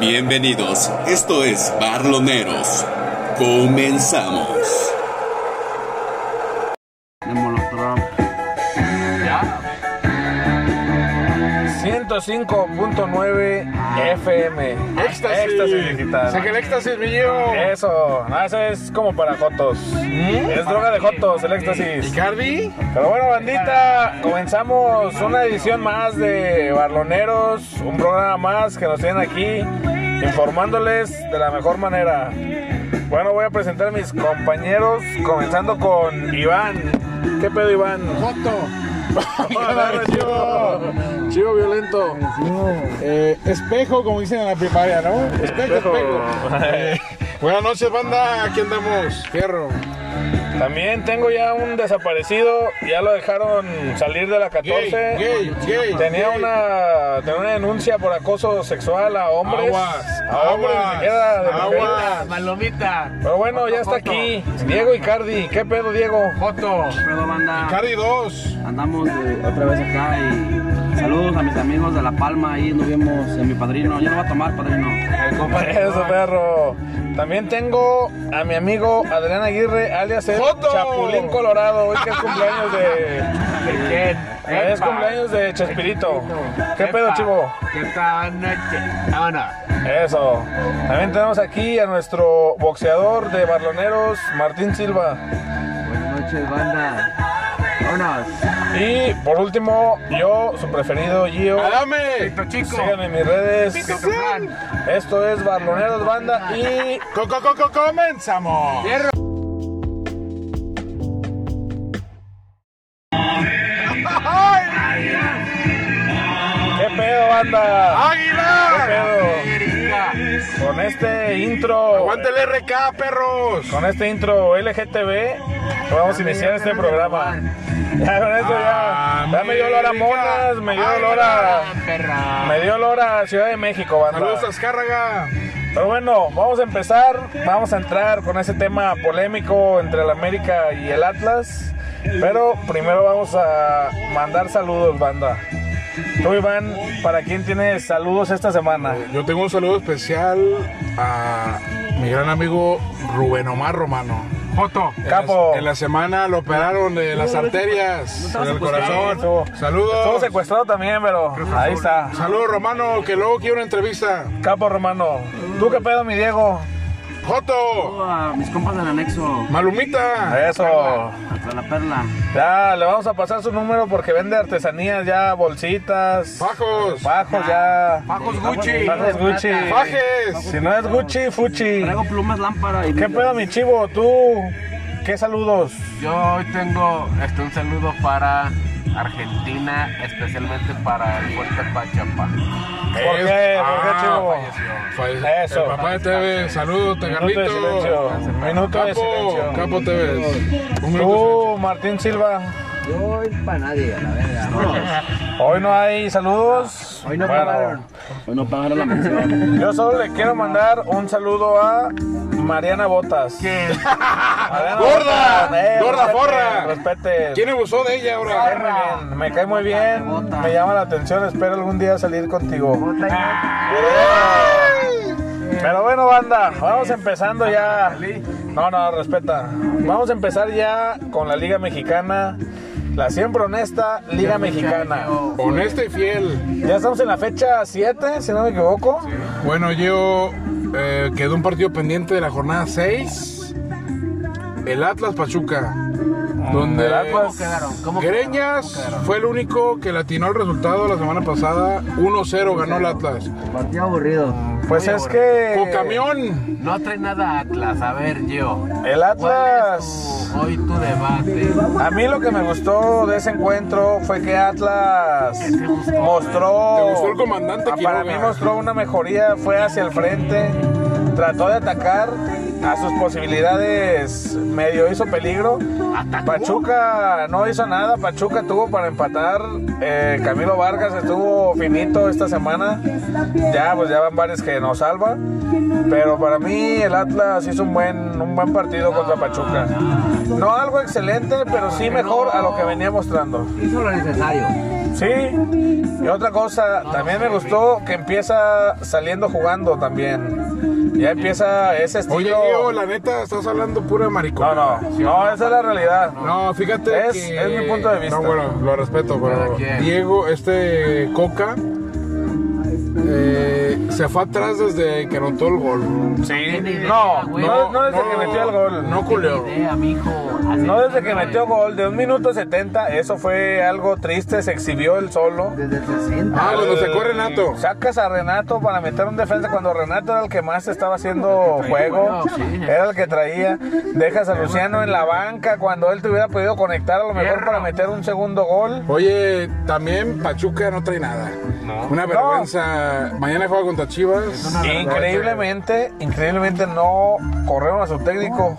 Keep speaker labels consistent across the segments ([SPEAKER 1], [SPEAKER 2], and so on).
[SPEAKER 1] Bienvenidos, esto es Barloneros. Comenzamos.
[SPEAKER 2] de Molotov.
[SPEAKER 3] 105.9 FM.
[SPEAKER 4] Éxtasis.
[SPEAKER 3] Éxtasis digital.
[SPEAKER 4] Saca el éxtasis, mi Gio.
[SPEAKER 3] Eso, no, eso es como para Jotos. Es droga de Jotos, el
[SPEAKER 4] ¿Mm? ¿Y
[SPEAKER 3] éxtasis.
[SPEAKER 4] Cardi?
[SPEAKER 3] Pero bueno, bandita, comenzamos una edición más de Barloneros, un programa más que nos tienen aquí informándoles de la mejor manera. Bueno, voy a presentar a mis compañeros, comenzando con Iván. ¿Qué pedo, Iván? Joto.
[SPEAKER 5] Chivo, chivo violento. Eh, espejo, como dicen en la primaria, ¿no? Espejo, espejo.
[SPEAKER 4] Buenas noches, banda. Aquí andamos.
[SPEAKER 5] Fierro.
[SPEAKER 3] También tengo ya un desaparecido, ya lo dejaron salir de la 14.
[SPEAKER 5] Gay, gay, gay.
[SPEAKER 3] Tenía
[SPEAKER 5] gay.
[SPEAKER 3] una, tenía una denuncia por acoso sexual a hombres.
[SPEAKER 4] Aguas,
[SPEAKER 3] a hombres,
[SPEAKER 4] aguas,
[SPEAKER 3] ni siquiera de
[SPEAKER 4] aguas.
[SPEAKER 3] mujeres. Pero bueno, ya está aquí. Diego Icardi, ¿qué pedo, Diego?
[SPEAKER 2] Pedo banda.
[SPEAKER 4] Cardi 2.
[SPEAKER 2] Andamos eh, otra vez acá y saludos a mis amigos de La Palma. Ahí nos vemos en mi padrino. Yo no voy a tomar, padrino.
[SPEAKER 3] Eso, perro. También tengo a mi amigo Adrián Aguirre, alias el
[SPEAKER 4] ¡Joto!
[SPEAKER 3] Chapulín Colorado. Hoy que es cumpleaños de. Hoy es cumpleaños de Chespirito. ¿Qué pedo, chivo? Eso. También tenemos aquí a nuestro boxeador de Barloneros, Martín Silva.
[SPEAKER 2] Buenas noches, banda. Vámonos.
[SPEAKER 3] Y por último, yo, su preferido Gio.
[SPEAKER 4] Adame.
[SPEAKER 3] Síganme en mis redes. Esto es Barloneros Banda y
[SPEAKER 4] Co- co- co- co- comenzamos.
[SPEAKER 3] qué pedo banda. ¿Qué
[SPEAKER 4] ¡Águila!
[SPEAKER 3] pedo? Con este intro,
[SPEAKER 4] Aguante el RK, perros.
[SPEAKER 3] con este intro LGTB, vamos a iniciar este programa. Ya con esto
[SPEAKER 4] Ah,
[SPEAKER 3] ya, ya me dio olor a monas, me dio olor a, me dio olor a Ciudad de México, banda.
[SPEAKER 4] Saludos a Azcárraga.
[SPEAKER 3] Pero bueno, vamos a empezar, vamos a entrar con ese tema polémico entre el América y el Atlas. Pero primero vamos a mandar saludos, banda. Tú, Iván, ¿para quién tienes saludos esta semana?
[SPEAKER 4] Yo tengo un saludo especial a mi gran amigo Rubén Omar Romano. Foto.
[SPEAKER 3] Capo.
[SPEAKER 4] En la semana lo operaron de las arterias, del
[SPEAKER 3] Estuvo-
[SPEAKER 4] corazón.
[SPEAKER 3] Estuvo
[SPEAKER 4] Saludos.
[SPEAKER 3] secuestrado también, pero ahí está.
[SPEAKER 4] Saludos, Romano, que luego quiero una entrevista.
[SPEAKER 3] Capo Romano. ¿Tú qué pedo, mi Diego?
[SPEAKER 4] Joto,
[SPEAKER 2] Saludo a mis compas del anexo.
[SPEAKER 4] Malumita.
[SPEAKER 3] Eso.
[SPEAKER 2] Hasta la perla.
[SPEAKER 3] Ya, le vamos a pasar su número porque vende artesanías ya, bolsitas.
[SPEAKER 4] Fajos.
[SPEAKER 3] Bajos ya.
[SPEAKER 4] Fajos Gucci.
[SPEAKER 3] Bajos Gucci.
[SPEAKER 4] Fajes.
[SPEAKER 3] Si no es Gucci, Fuchi.
[SPEAKER 2] Traigo plumas, lámpara y.
[SPEAKER 3] ¿Qué pedo, mi chivo? ¿Tú? ¿Qué saludos?
[SPEAKER 6] Yo hoy tengo este, un saludo para Argentina, especialmente para el fuerte Pachapa.
[SPEAKER 3] ¿Por qué? ¿Por qué, chivo?
[SPEAKER 4] Falle-
[SPEAKER 3] Eso.
[SPEAKER 4] Ah, El papá de TV. Saludos, te
[SPEAKER 3] Minuto de silencio. Minuto de silencio.
[SPEAKER 4] Capo, Capo TV. Un minuto.
[SPEAKER 3] Tú, Martín Silva.
[SPEAKER 2] Yo para nadie, la verga.
[SPEAKER 3] Hoy no hay saludos.
[SPEAKER 2] Hoy no
[SPEAKER 3] Bueno,
[SPEAKER 2] pagaron. Hoy no pagaron la mención.
[SPEAKER 3] Yo solo le quiero mandar un saludo a Mariana Botas. Mariana
[SPEAKER 4] Gorda,
[SPEAKER 3] Botas, eh,
[SPEAKER 4] gorda
[SPEAKER 3] respete,
[SPEAKER 4] forra.
[SPEAKER 3] Respete.
[SPEAKER 4] ¿Quién abusó de ella
[SPEAKER 3] Me cae muy
[SPEAKER 4] ahora?
[SPEAKER 3] bien, me cae muy bien, me llama la atención, espero algún día salir contigo. Pero bueno, banda, vamos empezando ya. No, no, respeta. Vamos a empezar ya con la Liga Mexicana, la siempre honesta Liga Mexicana.
[SPEAKER 4] Honesta y fiel.
[SPEAKER 3] Ya estamos en la fecha 7, si no me equivoco.
[SPEAKER 4] Bueno, yo eh, quedó un partido pendiente de la jornada 6. El Atlas Pachuca. Donde
[SPEAKER 3] Mm, El Atlas-
[SPEAKER 4] Greñas fue el único que latinó el resultado la semana pasada. 1-0 ganó el Atlas.
[SPEAKER 2] Partido aburrido.
[SPEAKER 3] Pues es que
[SPEAKER 4] Con camión.
[SPEAKER 6] No trae nada Atlas, a ver yo.
[SPEAKER 3] el
[SPEAKER 6] ¿Cuál
[SPEAKER 3] Atlas...
[SPEAKER 6] es tu- hoy tu debate?
[SPEAKER 3] A mí lo que me gustó de ese encuentro fue que Atlas mostró.
[SPEAKER 4] Te gustó el comandante
[SPEAKER 3] Ah, Para mí
[SPEAKER 4] Quiroga.
[SPEAKER 3] mostró una mejoría, fue hacia el frente, trató de atacar a sus posibilidades, medio hizo peligro. Pachuca no hizo nada, Pachuca tuvo para empatar. eh, Camilo Vargas estuvo finito esta semana. Ya, pues ya van varios que nos salva. Pero para mí el Atlas hizo un buen, un buen partido contra Pachuca. No algo excelente, pero sí mejor a lo que venía mostrando.
[SPEAKER 2] Hizo lo necesario.
[SPEAKER 3] Sí. Y otra cosa, también me gustó que empieza saliendo jugando también. Ya empieza ese estilo.
[SPEAKER 4] Oye, Diego,
[SPEAKER 3] mm,
[SPEAKER 4] la neta, estás hablando pura
[SPEAKER 3] no,
[SPEAKER 4] maricón.
[SPEAKER 3] no, no, esa es la realidad.
[SPEAKER 4] No, fíjate.
[SPEAKER 3] Es-
[SPEAKER 4] que-
[SPEAKER 3] es mi punto de vista.
[SPEAKER 4] No, bueno, lo respeto, pero
[SPEAKER 7] Cada quien.
[SPEAKER 4] Diego, este Coca, eh, se fue atrás desde que anotó el gol.
[SPEAKER 3] Sí.
[SPEAKER 7] tiene idea,
[SPEAKER 3] No,
[SPEAKER 7] güey.
[SPEAKER 3] no, no desde que metió el gol.
[SPEAKER 4] No culeó.
[SPEAKER 7] Idea, mijo. Así
[SPEAKER 3] No desde que
[SPEAKER 7] no,
[SPEAKER 3] metió
[SPEAKER 7] eh.
[SPEAKER 3] gol de un minuto 70, eso fue algo triste, se exhibió el solo.
[SPEAKER 2] Desde el 60.
[SPEAKER 4] Ah, cuando se corre Nato.
[SPEAKER 3] Sacas a Renato para meter un defensa cuando Renato era el que más estaba haciendo juego,
[SPEAKER 7] bueno, sí.
[SPEAKER 3] era el que traía. Dejas a Luciano en la banca cuando él te hubiera podido conectar a lo mejor para meter un segundo gol.
[SPEAKER 4] Oye, también Pachuca no trae nada. Una vergüenza. Mañana juega contra Chivas.
[SPEAKER 3] Increíblemente, increíblemente no corrieron a su técnico.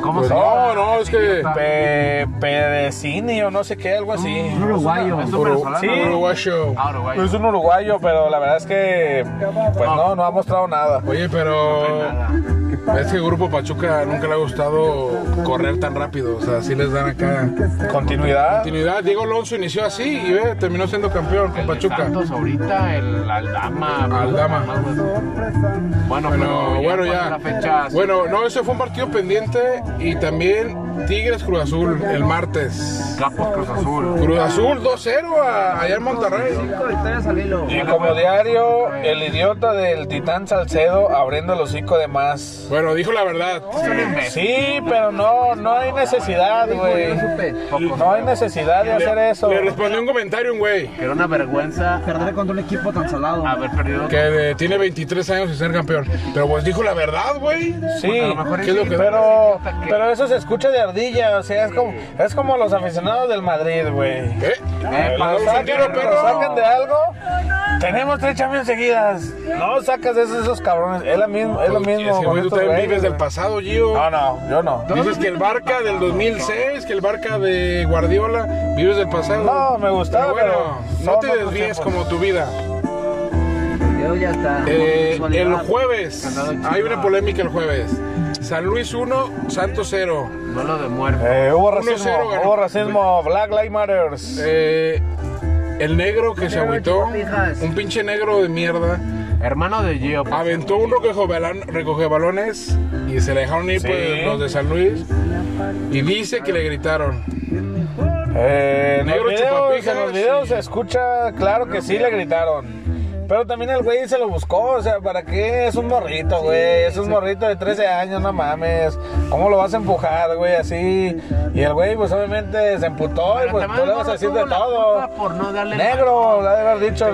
[SPEAKER 7] ¿Cómo
[SPEAKER 4] Pues
[SPEAKER 7] se
[SPEAKER 4] no, no, es que.
[SPEAKER 3] Pe Pedecini o no sé qué, algo así.
[SPEAKER 2] Un uruguayo.
[SPEAKER 7] Es un
[SPEAKER 4] Uru-
[SPEAKER 7] venezolano.
[SPEAKER 3] Sí.
[SPEAKER 4] Uruguayo.
[SPEAKER 7] Ah, uruguayo.
[SPEAKER 3] Es un uruguayo, pero la verdad es que pues no, no ha mostrado nada.
[SPEAKER 4] Oye, pero. Es que el grupo Pachuca nunca le ha gustado correr tan rápido. O sea, sí les dan acá.
[SPEAKER 3] Continuidad.
[SPEAKER 4] Continuidad. Diego Alonso inició así y ve, terminó siendo campeón con
[SPEAKER 7] El de
[SPEAKER 4] Pachuca.
[SPEAKER 7] Santos ahorita, el Aldama.
[SPEAKER 4] Aldama.
[SPEAKER 7] Bueno,
[SPEAKER 4] Bueno,
[SPEAKER 7] pero
[SPEAKER 4] bueno,
[SPEAKER 7] fue
[SPEAKER 4] ya.
[SPEAKER 7] la fecha-
[SPEAKER 4] Bueno, no, eso fue un partido pendiente y también Tigres Cruz Azul el martes.
[SPEAKER 7] Capos Cruz Azul.
[SPEAKER 4] Cruz Azul 2-0 a- allá en Monterrey.
[SPEAKER 2] Cinco victorias al hilo.
[SPEAKER 3] Y como diario, el idiota del titán Salcedo abriendo el hocico de más.
[SPEAKER 4] Bueno, dijo la verdad.
[SPEAKER 3] Sí, pero no, no hay necesidad, güey. No hay necesidad de hacer eso.
[SPEAKER 4] Le respondió un comentario un güey
[SPEAKER 7] Que era una vergüenza
[SPEAKER 2] Perder contra un equipo tan salado.
[SPEAKER 7] haber perdido.
[SPEAKER 4] que eh, tiene 23 años y ser campeón. Pero pues dijo la verdad, güey.
[SPEAKER 3] Sí,
[SPEAKER 4] ¿Qué es lo que-
[SPEAKER 3] pero, pero eso se escucha de ardilla, o sea, es como, es como los aficionados del Madrid, güey.
[SPEAKER 4] ¿Eh?
[SPEAKER 3] Nos
[SPEAKER 4] Vamos a un tiro,
[SPEAKER 3] sacan,
[SPEAKER 4] perro.
[SPEAKER 3] nos sacan de algo. Tenemos tres champions seguidas. No sacas de esos, esos cabrones. Es, la misma, es lo mismo.
[SPEAKER 4] Ese
[SPEAKER 3] con
[SPEAKER 4] güey, tú
[SPEAKER 3] estos
[SPEAKER 4] también
[SPEAKER 3] güeyes,
[SPEAKER 4] vives del
[SPEAKER 3] güey.
[SPEAKER 4] pasado, Gio.
[SPEAKER 3] No, no, yo no.
[SPEAKER 4] Dices que el Barca del 2006, que el Barca de Guardiola, vives del pasado.
[SPEAKER 3] No, me gustaba,
[SPEAKER 4] bueno,
[SPEAKER 3] pero
[SPEAKER 4] no
[SPEAKER 3] son
[SPEAKER 4] te
[SPEAKER 3] otros
[SPEAKER 4] desvíes
[SPEAKER 3] tiempos.
[SPEAKER 4] como tu vida.
[SPEAKER 2] Yo ya está.
[SPEAKER 4] Eh, el
[SPEAKER 2] Actualidad.
[SPEAKER 4] jueves, hay una polémica el jueves. San Luis 1, Santos 0.
[SPEAKER 7] Duelo de muerte.
[SPEAKER 3] Eh, hubo
[SPEAKER 4] 1-0
[SPEAKER 3] racismo,
[SPEAKER 4] ganó.
[SPEAKER 3] hubo racismo, Black Lives Matter.
[SPEAKER 4] Eh, el negro que se agüitó, un pinche negro de mierda,
[SPEAKER 7] Hermano de Gio. pues.
[SPEAKER 4] aventó un recoge, balan- recoge balones y se le dejaron ir pues, los de San Luis. Y dice que le gritaron.
[SPEAKER 3] Eh, en los
[SPEAKER 4] Negro
[SPEAKER 3] videos,
[SPEAKER 4] chupapijas,
[SPEAKER 3] en los videos se escucha, claro que sí le gritaron. Pero también el güey se lo buscó, o sea, ¿para qué? Es un morrito, güey. Es un morrito de 13 años, no mames. ¿Cómo lo vas a empujar, güey, así? Y el güey, pues obviamente se emputó y
[SPEAKER 7] Pero
[SPEAKER 3] pues
[SPEAKER 7] también
[SPEAKER 3] tú le vas a
[SPEAKER 7] no
[SPEAKER 3] decir
[SPEAKER 7] tuvo
[SPEAKER 3] de
[SPEAKER 7] la
[SPEAKER 3] todo.
[SPEAKER 7] culpa por no darle la-
[SPEAKER 3] Negro, le ha de haber dicho.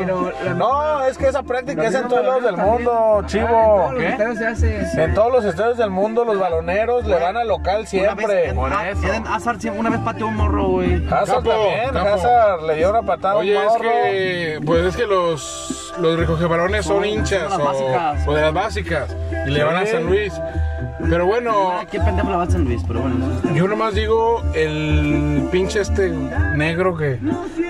[SPEAKER 2] la-
[SPEAKER 3] No, es que esa práctica es en
[SPEAKER 2] misma
[SPEAKER 3] todos lados del
[SPEAKER 2] también.
[SPEAKER 3] mundo,
[SPEAKER 7] Ah,
[SPEAKER 3] chivo.
[SPEAKER 2] Los estados se hace.
[SPEAKER 3] En todos los estadios del mundo, los baloneros le van al local
[SPEAKER 2] Una vez,
[SPEAKER 3] siempre.
[SPEAKER 2] Eden-
[SPEAKER 7] Por
[SPEAKER 2] Ah,
[SPEAKER 7] eso.
[SPEAKER 2] Eden Hazard sí- una vez pateó un morro, güey.
[SPEAKER 3] Hazard
[SPEAKER 4] Capo,
[SPEAKER 3] también,
[SPEAKER 4] capo.
[SPEAKER 3] Hazard le dio una patada
[SPEAKER 4] Oye,
[SPEAKER 3] a un
[SPEAKER 4] es
[SPEAKER 3] morro.
[SPEAKER 4] que, pues es que los, los recogebalones son
[SPEAKER 2] Son-
[SPEAKER 4] hinchas
[SPEAKER 2] son las básicas.
[SPEAKER 4] o, o de las básicas y le van a
[SPEAKER 3] Sí.
[SPEAKER 4] San Luis. Pero bueno,
[SPEAKER 2] Ah, Qué pendejo la va a San Luis, pero bueno. eso
[SPEAKER 4] yo nomás digo el pinche este negro que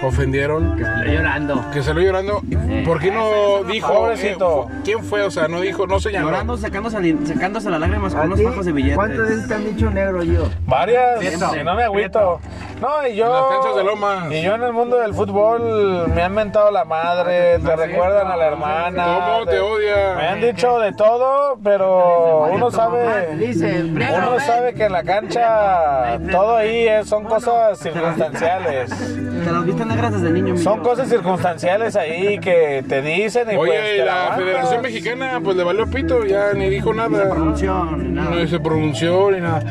[SPEAKER 4] ofendieron,
[SPEAKER 2] está- Estoy llorando.
[SPEAKER 4] que salió llorando. ¿Por qué no dijo?
[SPEAKER 3] Pobrecito.
[SPEAKER 4] eh, ¿Quién fue? O sea, no dijo, no señaló.
[SPEAKER 2] Llorando, sacándose, la- sacándose las lágrimas
[SPEAKER 8] ¿A
[SPEAKER 2] con unos
[SPEAKER 8] ti?
[SPEAKER 2] fajos de billetes.
[SPEAKER 8] ¿Cuántas veces te han dicho negro, yo?
[SPEAKER 3] Varias, si no me agüito. No, y yo.
[SPEAKER 4] En las canchas de Lomas.
[SPEAKER 3] Y yo en el mundo del fútbol me han mentado la
[SPEAKER 2] Ah,
[SPEAKER 3] madre, te recuerdan a la hermana.
[SPEAKER 4] ¿Cómo te
[SPEAKER 3] Me han
[SPEAKER 4] odia?
[SPEAKER 3] dicho de todo, pero uno sabe. Uno sabe que en la cancha todo ahí es- son cosas circunstanciales.
[SPEAKER 2] Te las viste negras desde niño, mi
[SPEAKER 3] Son
[SPEAKER 2] yo.
[SPEAKER 3] cosas circunstanciales ahí que te dicen y pues.
[SPEAKER 4] Oye, y
[SPEAKER 3] te la
[SPEAKER 4] la
[SPEAKER 3] aguantas.
[SPEAKER 4] Federación Mexicana, pues le valió pito, ya ni dijo nada.
[SPEAKER 2] Producción, nada.
[SPEAKER 4] no se pronunció ni nada.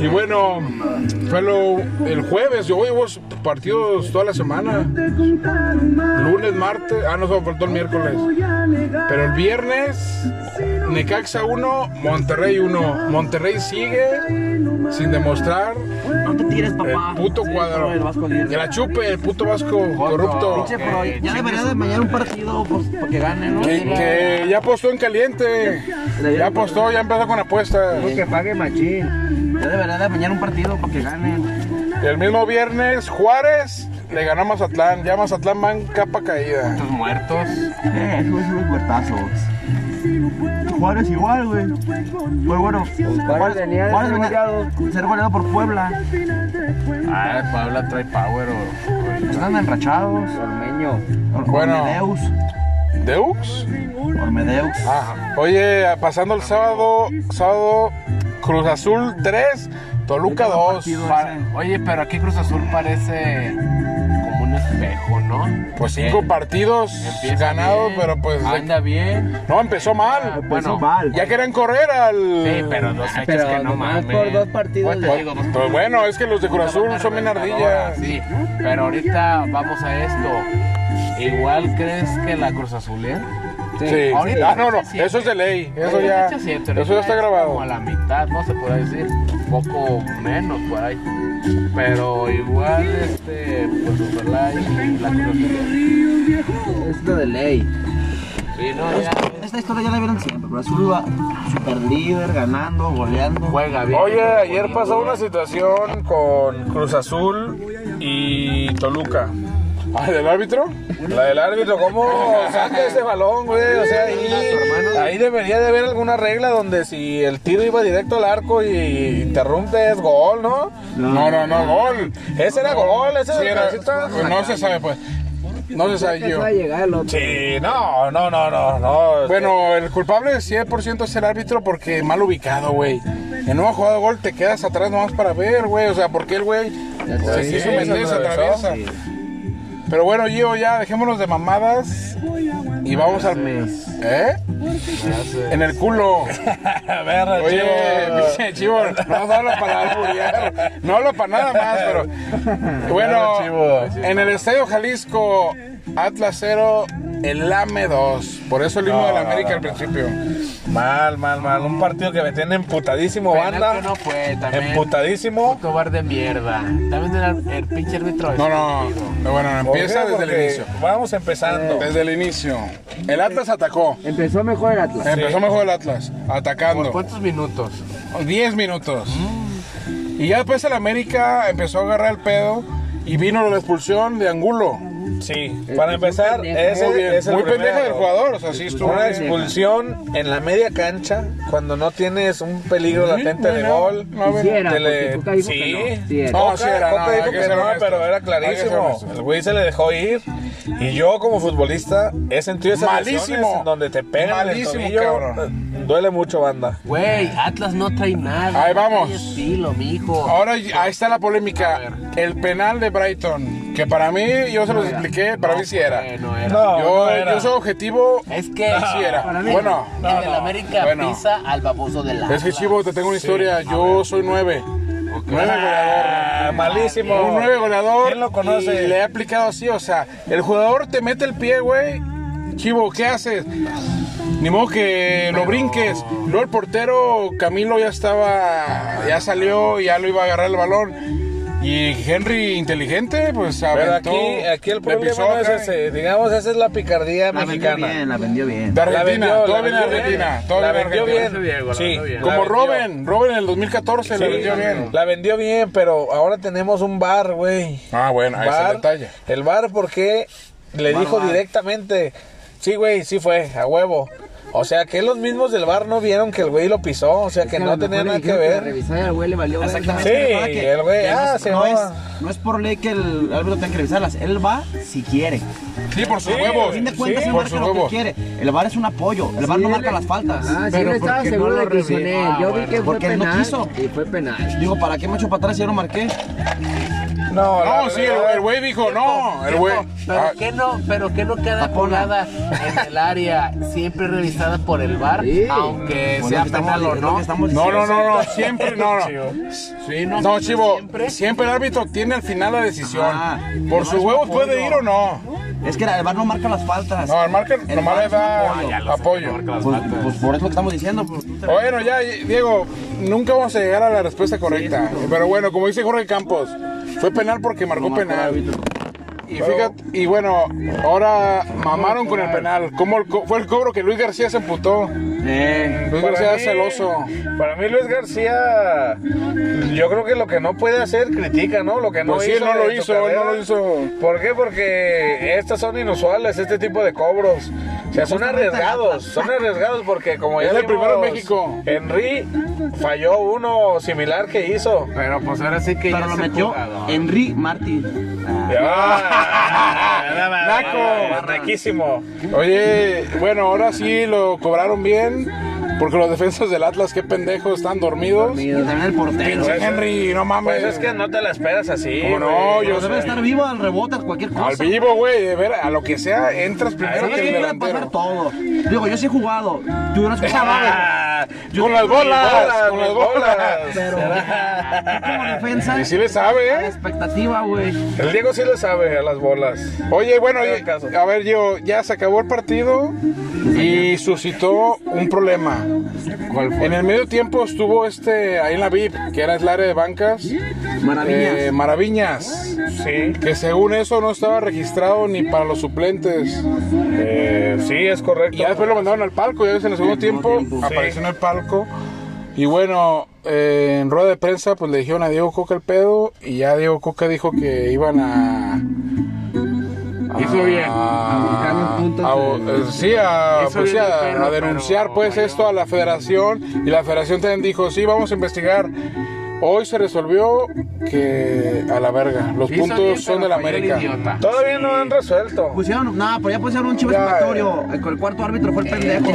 [SPEAKER 4] Y bueno, fue lo, el jueves, yo hoy hubo partidos toda la semana. Lunes, martes, ah, no, se me faltó el miércoles. Pero el viernes, Necaxa 1, Monterrey 1. Monterrey sigue sin demostrar
[SPEAKER 2] No te tires,
[SPEAKER 4] el
[SPEAKER 2] papá.
[SPEAKER 4] puto
[SPEAKER 2] Sí,
[SPEAKER 4] cuadro.
[SPEAKER 2] el Vasco
[SPEAKER 4] Que
[SPEAKER 2] Aguirre.
[SPEAKER 4] la chupe, el puto vasco corrupto.
[SPEAKER 2] Che, pero ya debería de mañana un partido pues, para que gane, ¿no?
[SPEAKER 4] Que, que ya apostó en caliente. Ya apostó, ya empezó con apuestas.
[SPEAKER 8] Que pague machín.
[SPEAKER 2] Ya debería de mañana un partido para que gane.
[SPEAKER 4] El mismo viernes, Juárez le ganó a Mazatlán. Ya Mazatlán van capa caída.
[SPEAKER 2] Estos muertos.
[SPEAKER 9] Eh, eso es un muertazo. Juárez igual, güey. Pues bueno, Juárez
[SPEAKER 10] venía de
[SPEAKER 9] Juárez
[SPEAKER 10] ser
[SPEAKER 9] venía
[SPEAKER 10] goleado.
[SPEAKER 9] ser goleado por Puebla.
[SPEAKER 2] Ah, Puebla trae power. pues,
[SPEAKER 9] Están enrachados.
[SPEAKER 10] Ormeño.
[SPEAKER 9] Or-
[SPEAKER 4] Bueno.
[SPEAKER 9] Ormedeus.
[SPEAKER 4] ¿Deux?
[SPEAKER 9] Ormedeus.
[SPEAKER 4] Ah, oye, pasando el sábado, sábado Cruz Azul 3, Toluca 2.
[SPEAKER 2] Pa- Oye, pero aquí Cruz Azul parece como un espejo, ¿no?
[SPEAKER 4] Pues cinco partidos
[SPEAKER 2] Empieza
[SPEAKER 4] ganados,
[SPEAKER 2] bien,
[SPEAKER 4] pero pues de-
[SPEAKER 2] Anda bien.
[SPEAKER 4] no empezó mal.
[SPEAKER 2] Bueno,
[SPEAKER 9] mal.
[SPEAKER 4] Ya querían correr al
[SPEAKER 2] Sí, pero dos fechas
[SPEAKER 10] Pero
[SPEAKER 2] que no
[SPEAKER 10] nomás
[SPEAKER 2] mames.
[SPEAKER 10] por dos partidos
[SPEAKER 2] Pues te
[SPEAKER 10] de-
[SPEAKER 2] digo, dos
[SPEAKER 4] Pues bueno, es que los de Cruz Azul son bien
[SPEAKER 2] Gobernadora,
[SPEAKER 4] ardillas.
[SPEAKER 2] Sí, pero ahorita vamos a esto. Igual crees que la Cruz Azul ¿eh?
[SPEAKER 4] Sí.
[SPEAKER 2] Ahorita
[SPEAKER 4] Ah, no, no,
[SPEAKER 2] siete.
[SPEAKER 4] eso es de ley. Eso ya,
[SPEAKER 2] Fecha
[SPEAKER 4] eso
[SPEAKER 2] siete,
[SPEAKER 4] ya
[SPEAKER 2] ahorita
[SPEAKER 4] está
[SPEAKER 2] es
[SPEAKER 4] grabado.
[SPEAKER 2] Como a la mitad, no se puede decir. Un poco menos por ahí. Pero igual, este, pues ojalá y la Cruz Azul.
[SPEAKER 10] Esto de ley.
[SPEAKER 2] Sí, no, ya
[SPEAKER 9] Esta historia ya la vieron siempre. Pero Azul va super líder, ganando, goleando.
[SPEAKER 2] juega bien.
[SPEAKER 3] Oye, ayer pasó una situación con Cruz Azul y Toluca.
[SPEAKER 4] Ah, ¿Del árbitro?
[SPEAKER 3] La del árbitro, ¿cómo saca ese balón, güey? O sea, ahí, ahí debería de haber alguna regla donde si el tiro iba directo al arco y interrumpe es gol, ¿no?
[SPEAKER 4] No, no, no, gol.
[SPEAKER 3] Ese era gol, ese
[SPEAKER 4] Sí,
[SPEAKER 3] era
[SPEAKER 4] era-
[SPEAKER 3] el cabecita.
[SPEAKER 4] pues no se sabe, pues. No se sabe yo.
[SPEAKER 10] llegar el otro.
[SPEAKER 3] Sí, no, no, no, no, no.
[SPEAKER 4] Bueno, el culpable 100% es el árbitro porque mal ubicado, güey. En una jugada de gol te quedas atrás nomás para ver, güey. O sea, porque el güey se
[SPEAKER 3] sí,
[SPEAKER 4] quiso
[SPEAKER 3] se
[SPEAKER 4] meter, se
[SPEAKER 3] atravesó.
[SPEAKER 4] atraviesa. Pero bueno, Gio, ya dejémonos de mamadas y vamos al... ¿Eh? En el culo.
[SPEAKER 3] a ver,
[SPEAKER 4] Oye,
[SPEAKER 3] Chivo.
[SPEAKER 4] pinche chivo, no, no hablo para alburear, no hablo para nada más, pero bueno,
[SPEAKER 3] Chivo.
[SPEAKER 4] en el Estadio Jalisco, Atlas 0, el AME 2, por eso el himno
[SPEAKER 3] No,
[SPEAKER 4] de la
[SPEAKER 3] no,
[SPEAKER 4] América
[SPEAKER 3] no,
[SPEAKER 4] al
[SPEAKER 3] no.
[SPEAKER 4] principio.
[SPEAKER 3] Mal, mal, mal. Un partido que me tiene emputadísimo,
[SPEAKER 2] Penal
[SPEAKER 3] banda.
[SPEAKER 2] que
[SPEAKER 4] pues,
[SPEAKER 2] no fue, también.
[SPEAKER 3] Emputadísimo.
[SPEAKER 2] Cobar de mierda. También el, el pinche árbitro. este.
[SPEAKER 4] No, no, no, bueno,
[SPEAKER 3] ¿Por qué?
[SPEAKER 4] empieza desde el
[SPEAKER 3] Porque
[SPEAKER 4] inicio. Eh,
[SPEAKER 3] Vamos empezando.
[SPEAKER 4] Desde el inicio, el Atlas atacó,
[SPEAKER 10] Empezó mejor el Atlas.
[SPEAKER 4] empezó mejor el Atlas, atacando,
[SPEAKER 2] ¿Cuántos minutos?
[SPEAKER 4] 10 minutos.
[SPEAKER 3] Mm.
[SPEAKER 4] Y ya después el América empezó a agarrar el pedo y vino la expulsión de Angulo.
[SPEAKER 3] Sí, para empezar, ese
[SPEAKER 4] eh, Muy bien,
[SPEAKER 3] es el
[SPEAKER 4] muy pendeja
[SPEAKER 3] primero.
[SPEAKER 4] del jugador, o sea, sí estuvo
[SPEAKER 3] Una
[SPEAKER 4] bien.
[SPEAKER 3] expulsión en la media cancha cuando no tienes un peligro
[SPEAKER 4] Sí,
[SPEAKER 3] latente de
[SPEAKER 4] no,
[SPEAKER 3] gol. pues.
[SPEAKER 4] no, no,
[SPEAKER 10] Sí era,
[SPEAKER 3] Te le-
[SPEAKER 10] porque Tuca dijo
[SPEAKER 3] sí.
[SPEAKER 10] que no. Sí era.
[SPEAKER 4] No,
[SPEAKER 3] Coca-
[SPEAKER 4] sí era,
[SPEAKER 3] Coca
[SPEAKER 4] no,
[SPEAKER 3] dijo
[SPEAKER 4] hay que
[SPEAKER 3] que
[SPEAKER 4] ser
[SPEAKER 3] no,
[SPEAKER 4] honestos.
[SPEAKER 3] pero era
[SPEAKER 4] Hay que
[SPEAKER 3] clarísimo.
[SPEAKER 4] ser honestos.
[SPEAKER 3] El güey se le dejó ir. Y yo, como futbolista, he sentido esas lesiones
[SPEAKER 4] Malísimo.
[SPEAKER 3] en donde te pegan
[SPEAKER 4] Malísimo,
[SPEAKER 3] en el tobillo.
[SPEAKER 4] cabrón.
[SPEAKER 3] Duele mucho, banda.
[SPEAKER 2] Güey, Atlas no trae nada.
[SPEAKER 4] Ahí
[SPEAKER 2] no trae
[SPEAKER 4] vamos. Oh,
[SPEAKER 2] estilo, mijo.
[SPEAKER 4] Ahora y- ahí está la
[SPEAKER 2] A
[SPEAKER 4] polémica.
[SPEAKER 2] ver.
[SPEAKER 4] El penal de Brighton, que para mí, yo se los expliqué, para mí sí era.
[SPEAKER 2] Eh, no era.
[SPEAKER 3] No,
[SPEAKER 4] Yo,
[SPEAKER 3] no era.
[SPEAKER 4] yo soy objetivo,
[SPEAKER 2] Es que
[SPEAKER 4] sí era. Bueno,
[SPEAKER 2] en el América
[SPEAKER 4] Bueno.
[SPEAKER 2] pisa al baboso del
[SPEAKER 4] es
[SPEAKER 2] Atlas.
[SPEAKER 4] que Chivo, te tengo una historia. Yo soy nueve. Nueve goleador.
[SPEAKER 3] Ah, malísimo.
[SPEAKER 4] Un nueve goleador.
[SPEAKER 3] ¿Quién lo conoce?
[SPEAKER 4] Y le he aplicado así, o sea, el jugador te mete el pie, güey. Chivo, ¿qué haces? Ni modo que lo brinques. Luego el portero Camilo ya estaba, ya salió, ya lo iba a agarrar el balón. Y Henry inteligente, pues
[SPEAKER 3] Pero
[SPEAKER 4] aventó.
[SPEAKER 3] aquí, aquí el
[SPEAKER 4] le
[SPEAKER 3] problema
[SPEAKER 4] pisó
[SPEAKER 3] no es
[SPEAKER 4] acá.
[SPEAKER 3] ese. Digamos, esa es la picardía
[SPEAKER 9] La vendió
[SPEAKER 3] mexicana.
[SPEAKER 9] bien, la vendió bien.
[SPEAKER 4] De Argentina,
[SPEAKER 3] vendió,
[SPEAKER 4] todo
[SPEAKER 3] la
[SPEAKER 4] viene de
[SPEAKER 3] vendió
[SPEAKER 4] Argentina,
[SPEAKER 3] bien.
[SPEAKER 4] todo
[SPEAKER 3] La
[SPEAKER 4] viene de
[SPEAKER 3] vendió
[SPEAKER 4] Argentina.
[SPEAKER 3] bien.
[SPEAKER 2] Diego, la
[SPEAKER 3] Sí,
[SPEAKER 2] vendió bien.
[SPEAKER 3] la
[SPEAKER 4] Como
[SPEAKER 3] vendió.
[SPEAKER 4] Robin, Robin en el 2014 la vendió bien.
[SPEAKER 3] La vendió bien, pero ahora tenemos un bar, güey.
[SPEAKER 4] Ah, bueno, ahí está el
[SPEAKER 3] Bar.
[SPEAKER 4] detalle.
[SPEAKER 3] El bar, porque le dijo directamente, sí, güey, sí fue, a huevo. O sea, que los mismos del bar no vieron que el güey lo pisó, o sea, que no tenía nada que ver.
[SPEAKER 10] Revisar al güey le valió. verga.
[SPEAKER 3] Sí, el güey,
[SPEAKER 9] Que no
[SPEAKER 3] ah,
[SPEAKER 9] es-
[SPEAKER 3] se
[SPEAKER 9] no es,
[SPEAKER 3] va.
[SPEAKER 9] no es por ley que el árbitro tenga que revisarlas. Él va si quiere.
[SPEAKER 4] Sí, por sus
[SPEAKER 3] Sí,
[SPEAKER 4] huevos.
[SPEAKER 9] A fin de cuentas,
[SPEAKER 4] Sí,
[SPEAKER 9] él
[SPEAKER 4] por
[SPEAKER 9] marca
[SPEAKER 4] sus
[SPEAKER 9] lo que
[SPEAKER 4] huevos.
[SPEAKER 9] quiere. El VAR es un apoyo. El VAR no
[SPEAKER 10] Sí,
[SPEAKER 9] marca
[SPEAKER 10] le-
[SPEAKER 9] las faltas.
[SPEAKER 10] Ah, sí,
[SPEAKER 2] Pero
[SPEAKER 10] él estaba
[SPEAKER 2] porque no
[SPEAKER 10] seguro de
[SPEAKER 2] lo
[SPEAKER 10] que hizo en
[SPEAKER 2] revisó.
[SPEAKER 10] él.
[SPEAKER 2] Ah,
[SPEAKER 10] Yo
[SPEAKER 2] bueno.
[SPEAKER 10] vi que fue
[SPEAKER 9] Porque él no
[SPEAKER 10] penal.
[SPEAKER 9] quiso.
[SPEAKER 10] Y fue penal.
[SPEAKER 9] Digo, ¿para qué me echo para atrás si yo no marqué?
[SPEAKER 3] No, la
[SPEAKER 4] No, sí, el
[SPEAKER 3] verdad-
[SPEAKER 4] el güey dijo, no, el güey.
[SPEAKER 2] Pero
[SPEAKER 4] Ah,
[SPEAKER 2] que no, pero que no queda
[SPEAKER 9] Tapona.
[SPEAKER 2] jugada en el área, siempre revisada por el bar,
[SPEAKER 10] Sí.
[SPEAKER 2] aunque
[SPEAKER 9] Pues
[SPEAKER 2] sea
[SPEAKER 9] lo que estamos-
[SPEAKER 2] penal o
[SPEAKER 9] es lo
[SPEAKER 2] no.
[SPEAKER 9] que estamos
[SPEAKER 4] No,
[SPEAKER 9] diciendo.
[SPEAKER 4] no, no, no, siempre, no, no.
[SPEAKER 2] Sí, no,
[SPEAKER 4] No, Chivo,
[SPEAKER 2] siempre.
[SPEAKER 4] siempre el árbitro tiene al final la decisión.
[SPEAKER 9] Ajá.
[SPEAKER 4] Por sus huevos puede ir o no.
[SPEAKER 9] Es que el VAR no marca las faltas.
[SPEAKER 4] No, el marca
[SPEAKER 9] El
[SPEAKER 4] nomás
[SPEAKER 9] VAR
[SPEAKER 4] le
[SPEAKER 9] es un
[SPEAKER 4] da
[SPEAKER 9] apoyo.
[SPEAKER 4] apoyo.
[SPEAKER 9] Pues, pues por eso lo que estamos diciendo. pues, tú te-
[SPEAKER 4] Bueno, ya, Diego, nunca vamos a llegar a la respuesta correcta. Pero bueno, como dice Jorge Campos, fue penal porque marcó
[SPEAKER 9] no marcó el
[SPEAKER 4] penal.
[SPEAKER 9] árbitro.
[SPEAKER 4] Y fíjate, y bueno, ahora mamaron con el penal. ¿Cómo el co- fue el cobro que Luis García se emputó?
[SPEAKER 10] Eh,
[SPEAKER 4] Luis
[SPEAKER 3] Para
[SPEAKER 4] García
[SPEAKER 3] mí-
[SPEAKER 4] celoso.
[SPEAKER 3] Para mí Luis García, yo creo que lo que no puede hacer, critica, ¿no? Lo que no
[SPEAKER 4] Pues sí,
[SPEAKER 3] hizo.
[SPEAKER 4] él no lo
[SPEAKER 3] en su
[SPEAKER 4] hizo, él no
[SPEAKER 3] carrera.
[SPEAKER 4] lo hizo.
[SPEAKER 3] ¿Por qué? Porque estas son inusuales, este tipo de cobros. O sea, son arriesgados, son arriesgados porque como ya
[SPEAKER 4] Es el
[SPEAKER 3] vimos,
[SPEAKER 4] primero en México.
[SPEAKER 3] Henry falló uno similar que hizo.
[SPEAKER 2] Pero pues ahora sí que
[SPEAKER 10] pero
[SPEAKER 2] ya
[SPEAKER 10] lo
[SPEAKER 2] es el
[SPEAKER 10] metió
[SPEAKER 2] jugador.
[SPEAKER 10] Henry Martín.
[SPEAKER 3] Naco, naquísimo.
[SPEAKER 4] Oye, bueno, ahora sí lo cobraron bien. Porque los defensas del Atlas, qué pendejos, están dormidos.
[SPEAKER 10] Y también el portero.
[SPEAKER 4] Pinche Henry, no mames.
[SPEAKER 3] Pues es que no te la esperas así.
[SPEAKER 4] ¿Cómo no?
[SPEAKER 3] güey.
[SPEAKER 4] Yo
[SPEAKER 10] Debe
[SPEAKER 4] sé.
[SPEAKER 10] estar vivo al rebote, a cualquier cosa.
[SPEAKER 4] Al vivo, güey, de ver, a lo que sea, entras primero
[SPEAKER 10] Sabes
[SPEAKER 4] que el
[SPEAKER 10] que puede pasar
[SPEAKER 4] delantero.
[SPEAKER 10] todo. Digo, yo sí he jugado. Tú no has jugado.
[SPEAKER 3] Ah,
[SPEAKER 4] Con las bolas, con las bolas.
[SPEAKER 10] Pero tú como defensa,
[SPEAKER 4] Y sí le sabe,
[SPEAKER 10] la
[SPEAKER 4] ¿eh?
[SPEAKER 10] expectativa, güey.
[SPEAKER 3] El Diego sí le sabe a las bolas.
[SPEAKER 4] Oye, bueno,
[SPEAKER 3] Hagan
[SPEAKER 4] y-
[SPEAKER 3] caso.
[SPEAKER 4] a ver, yo ya se acabó el partido y suscitó un problema. En el medio tiempo estuvo este ahí en la VIP, que era el área de bancas,
[SPEAKER 10] Maravillas.
[SPEAKER 4] eh, Maraviñas,
[SPEAKER 3] Sí,
[SPEAKER 4] que según eso no estaba registrado ni para los suplentes.
[SPEAKER 3] eh, sí, es correcto.
[SPEAKER 4] Y ya después lo mandaron al palco, ya ves, en el segundo tiempo, apareció en el palco. Y bueno, eh, en rueda de prensa, pues le dijeron a Diego Coca el pedo. Y ya Diego Coca dijo que iban a.
[SPEAKER 2] Hizo bien.
[SPEAKER 4] A,
[SPEAKER 10] A buscar los puntos
[SPEAKER 4] a-
[SPEAKER 10] de-
[SPEAKER 4] eh, sí, a,
[SPEAKER 2] Hizo
[SPEAKER 4] pues, sí,
[SPEAKER 2] bien el
[SPEAKER 4] a-
[SPEAKER 2] pedo,
[SPEAKER 4] a denunciar
[SPEAKER 2] pero,
[SPEAKER 4] pues
[SPEAKER 2] bueno.
[SPEAKER 4] esto a la federación. Y la federación también dijo: Sí, vamos a investigar. Hoy se resolvió que a la verga. Los
[SPEAKER 2] Hizo
[SPEAKER 4] puntos
[SPEAKER 2] bien,
[SPEAKER 4] son
[SPEAKER 2] pero
[SPEAKER 4] de la
[SPEAKER 2] falló el
[SPEAKER 4] América.
[SPEAKER 2] idiota.
[SPEAKER 3] Todavía no han resuelto.
[SPEAKER 4] Pues,
[SPEAKER 10] Pusieron, no, pero ya pusieron un chivo
[SPEAKER 4] Ya, Eh,
[SPEAKER 10] expiatorio. El, el cuarto árbitro fue el pendejo.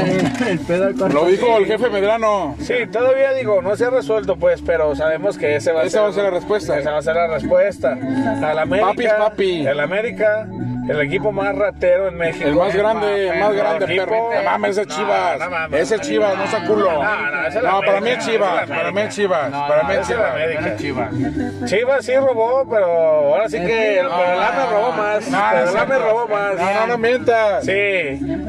[SPEAKER 10] el pedo al
[SPEAKER 4] Lo dijo el jefe Medrano.
[SPEAKER 3] Sí, todavía digo, no se ha resuelto, pues, pero sabemos que ese va a
[SPEAKER 4] Esa
[SPEAKER 3] ser,
[SPEAKER 4] va a ser la respuesta.
[SPEAKER 3] Esa va a ser la respuesta. Al América.
[SPEAKER 4] Papi es papi.
[SPEAKER 3] El América, el equipo más ratero en México.
[SPEAKER 4] El más
[SPEAKER 3] Eh,
[SPEAKER 4] grande, el más
[SPEAKER 3] perro,
[SPEAKER 4] grande,
[SPEAKER 3] equipo.
[SPEAKER 4] perro. No mames, ese
[SPEAKER 3] No,
[SPEAKER 4] Chivas.
[SPEAKER 3] no mames,
[SPEAKER 4] Ese
[SPEAKER 3] no,
[SPEAKER 4] Chivas,
[SPEAKER 3] no,
[SPEAKER 4] no sea culo.
[SPEAKER 3] no, no, ese es la
[SPEAKER 4] No, para mí
[SPEAKER 3] América,
[SPEAKER 4] es Chivas,
[SPEAKER 3] ese es la
[SPEAKER 4] para mí es Chivas,
[SPEAKER 2] No,
[SPEAKER 4] para
[SPEAKER 2] no,
[SPEAKER 4] mí es
[SPEAKER 3] ese es la
[SPEAKER 4] Chivas.
[SPEAKER 3] América.
[SPEAKER 2] Era Chivas.
[SPEAKER 3] Chivas sí robó, pero ahora sí que el
[SPEAKER 4] No,
[SPEAKER 3] Peralame
[SPEAKER 4] no,
[SPEAKER 3] robó
[SPEAKER 4] no,
[SPEAKER 3] más.
[SPEAKER 4] no, no,
[SPEAKER 3] Peralame
[SPEAKER 4] no,
[SPEAKER 3] robó más.
[SPEAKER 4] No, no, no mientas.
[SPEAKER 3] Sí,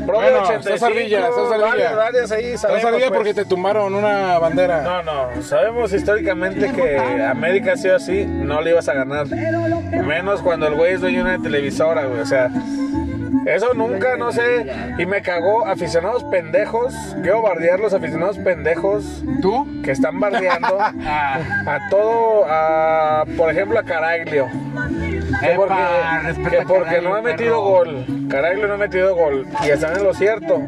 [SPEAKER 3] propio
[SPEAKER 4] Bueno,
[SPEAKER 3] 85.
[SPEAKER 4] estás ardilla, estás ardilla.
[SPEAKER 3] varias, varias ahí
[SPEAKER 4] Estás
[SPEAKER 3] sabemos,
[SPEAKER 4] salida
[SPEAKER 3] pues.
[SPEAKER 4] porque te tumbaron una bandera.
[SPEAKER 3] No, no, sabemos históricamente que América sí o sí no le ibas a ganar. Menos cuando el güey es dueño de una televisora, güey. O sea, eso nunca, no sé. Y me cagó aficionados pendejos. Quiero bardear los aficionados pendejos
[SPEAKER 2] ¿Tú?
[SPEAKER 3] que están bardeando
[SPEAKER 2] Ah,
[SPEAKER 3] a todo, a, por ejemplo, a Caraglio. Que
[SPEAKER 2] Epa,
[SPEAKER 3] porque,
[SPEAKER 2] respeta
[SPEAKER 3] que
[SPEAKER 2] a
[SPEAKER 3] porque
[SPEAKER 2] Caraglio,
[SPEAKER 3] no ha
[SPEAKER 2] perro.
[SPEAKER 3] metido gol. Caraglio no ha metido gol. Y están en lo cierto.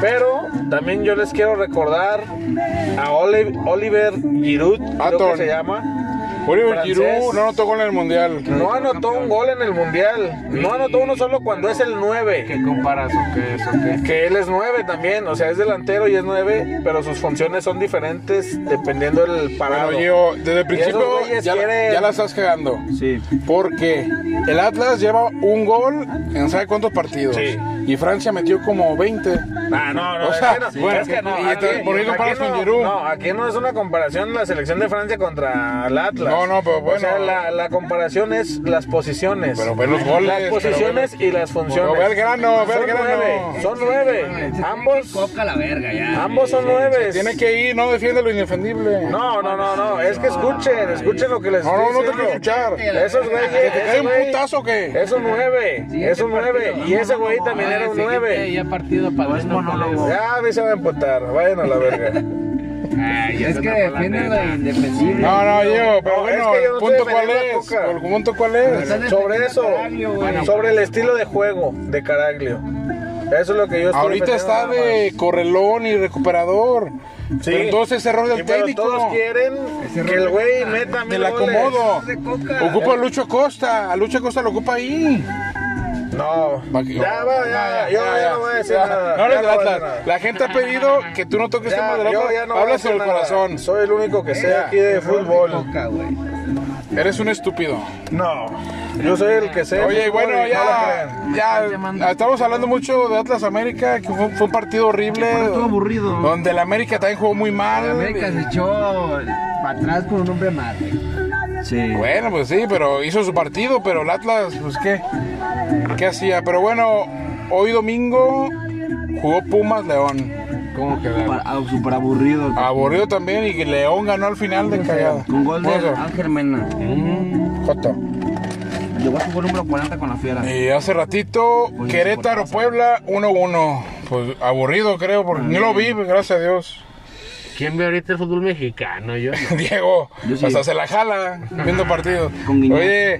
[SPEAKER 3] Pero también yo les quiero recordar a Oli- Oliver Giroud, creo
[SPEAKER 4] Aton.
[SPEAKER 3] que se llama.
[SPEAKER 4] Oliver
[SPEAKER 3] francés.
[SPEAKER 4] Giroud no anotó gol en el mundial.
[SPEAKER 3] No anotó un gol en el Mundial. No anotó uno solo cuando es el 9.
[SPEAKER 2] ¿Qué comparas o qué es o qué?
[SPEAKER 3] Que él es 9 también, o sea, es delantero y es 9, pero sus funciones son diferentes dependiendo del parado.
[SPEAKER 4] Bueno, Gio, desde el
[SPEAKER 3] Y esos
[SPEAKER 4] principio
[SPEAKER 3] güeyes
[SPEAKER 4] ya, la-
[SPEAKER 3] quieren-
[SPEAKER 4] ya la estás cagando.
[SPEAKER 10] Sí.
[SPEAKER 4] Porque el Atlas lleva un gol en sabe cuántos partidos.
[SPEAKER 3] Sí.
[SPEAKER 4] Y Francia metió como 20.
[SPEAKER 3] Ah, no, no,
[SPEAKER 4] O
[SPEAKER 3] es
[SPEAKER 4] sea,
[SPEAKER 3] que no,
[SPEAKER 4] bueno,
[SPEAKER 3] es que no,
[SPEAKER 4] y entonces, ¿por qué comparas
[SPEAKER 3] no,
[SPEAKER 4] con Giroud?
[SPEAKER 3] No, aquí no es una comparación la selección de Francia contra el Atlas.
[SPEAKER 4] No, no, pero bueno.
[SPEAKER 3] O sea, la, la comparación es las posiciones.
[SPEAKER 4] Pero ve los goles,
[SPEAKER 3] Las
[SPEAKER 4] pero
[SPEAKER 3] posiciones y las funciones.
[SPEAKER 4] Pero ve el grano, ve el
[SPEAKER 3] Son
[SPEAKER 4] grano.
[SPEAKER 3] nueve, son nueve. Ambos,
[SPEAKER 2] Coca la verga ya.
[SPEAKER 3] ambos son nueve.
[SPEAKER 4] Tiene que ir, no defiende lo indefendible.
[SPEAKER 3] No, no, no, no, es que escuchen, escuchen lo que les
[SPEAKER 4] no, no, no te
[SPEAKER 3] estoy
[SPEAKER 4] quiero
[SPEAKER 3] diciendo.
[SPEAKER 4] escuchar.
[SPEAKER 3] Esos güeyes,
[SPEAKER 4] ¿Que te cae
[SPEAKER 3] ese
[SPEAKER 4] un
[SPEAKER 3] güey-
[SPEAKER 4] putazo o qué?
[SPEAKER 3] Es un 9, es un 9. Y ese güey también
[SPEAKER 2] Ah,
[SPEAKER 3] era un 9.
[SPEAKER 2] Ya partido para
[SPEAKER 10] No, no, no.
[SPEAKER 3] Ya, a mí se va a emputar. Vayan a la verga.
[SPEAKER 2] Es que defiende la indefensible.
[SPEAKER 4] No, no, yo, pero
[SPEAKER 3] No,
[SPEAKER 4] bueno,
[SPEAKER 3] es que yo
[SPEAKER 4] el
[SPEAKER 3] no
[SPEAKER 4] punto
[SPEAKER 3] estoy
[SPEAKER 4] cuál
[SPEAKER 3] defendiendo a
[SPEAKER 4] es.
[SPEAKER 3] Coca.
[SPEAKER 4] El punto cuál es.
[SPEAKER 3] Sobre
[SPEAKER 11] este,
[SPEAKER 3] eso, sobre el estilo de juego de Caraglio. Eso es lo que yo estoy
[SPEAKER 4] Ahorita
[SPEAKER 3] defendiendo
[SPEAKER 4] está
[SPEAKER 3] nada más.
[SPEAKER 4] de correlón y recuperador.
[SPEAKER 3] Sí.
[SPEAKER 4] Pero entonces es error
[SPEAKER 3] Sí,
[SPEAKER 4] del
[SPEAKER 3] pero
[SPEAKER 4] técnico.
[SPEAKER 3] Todos quieren que el güey meta mil
[SPEAKER 4] Te la
[SPEAKER 3] goles.
[SPEAKER 4] acomodo. Ocupa a Lucho Costa. A Lucho Costa lo ocupa ahí.
[SPEAKER 3] No.
[SPEAKER 4] Va que-
[SPEAKER 3] Ya va, ya. Yo ya no voy a decir
[SPEAKER 4] ya.
[SPEAKER 3] nada.
[SPEAKER 4] No eres
[SPEAKER 3] Ya
[SPEAKER 4] del
[SPEAKER 3] no voy a decir
[SPEAKER 4] Atlas.
[SPEAKER 3] nada.
[SPEAKER 4] La gente ha pedido que tú no toques temas del
[SPEAKER 3] yo
[SPEAKER 4] Atlas.
[SPEAKER 3] ya no voy a
[SPEAKER 4] Hablas
[SPEAKER 3] decir
[SPEAKER 4] con el
[SPEAKER 3] nada.
[SPEAKER 4] corazón.
[SPEAKER 3] Soy el único que sé aquí de fútbol.
[SPEAKER 4] Eres un estúpido.
[SPEAKER 3] No. Yo soy el que sé. fútbol
[SPEAKER 4] Oye,
[SPEAKER 3] y
[SPEAKER 4] bueno,
[SPEAKER 3] no
[SPEAKER 4] ya,
[SPEAKER 3] lo
[SPEAKER 4] ya estamos hablando mucho de Atlas América, que fue, fue un partido horrible.
[SPEAKER 10] estuvo aburrido.
[SPEAKER 4] Donde el América también jugó muy mal. eh.
[SPEAKER 10] echó para atrás con un hombre más, Sí.
[SPEAKER 4] Bueno, pues sí, pero hizo su partido, pero el Atlas, pues qué, qué hacía. Pero bueno, hoy domingo jugó Pumas León.
[SPEAKER 2] ¿Cómo quedó?
[SPEAKER 10] Súper aburrido.
[SPEAKER 4] Aburrido también y León ganó al final de cagada.
[SPEAKER 10] Con gol de
[SPEAKER 4] Bueno,
[SPEAKER 10] Ángel Mena.
[SPEAKER 4] Joto.
[SPEAKER 11] llegó a su gol número 40 con la fiera.
[SPEAKER 4] Y hace ratito, Querétaro, Puebla, 1-1. Pues aburrido, creo, porque ni lo vi, pues, gracias a Dios.
[SPEAKER 2] ¿Quién ve ahorita el fútbol mexicano? Yo no.
[SPEAKER 4] Diego,
[SPEAKER 11] Yo sí.
[SPEAKER 4] hasta se la jala viendo partido.
[SPEAKER 11] Con Guiñac.
[SPEAKER 4] Oye,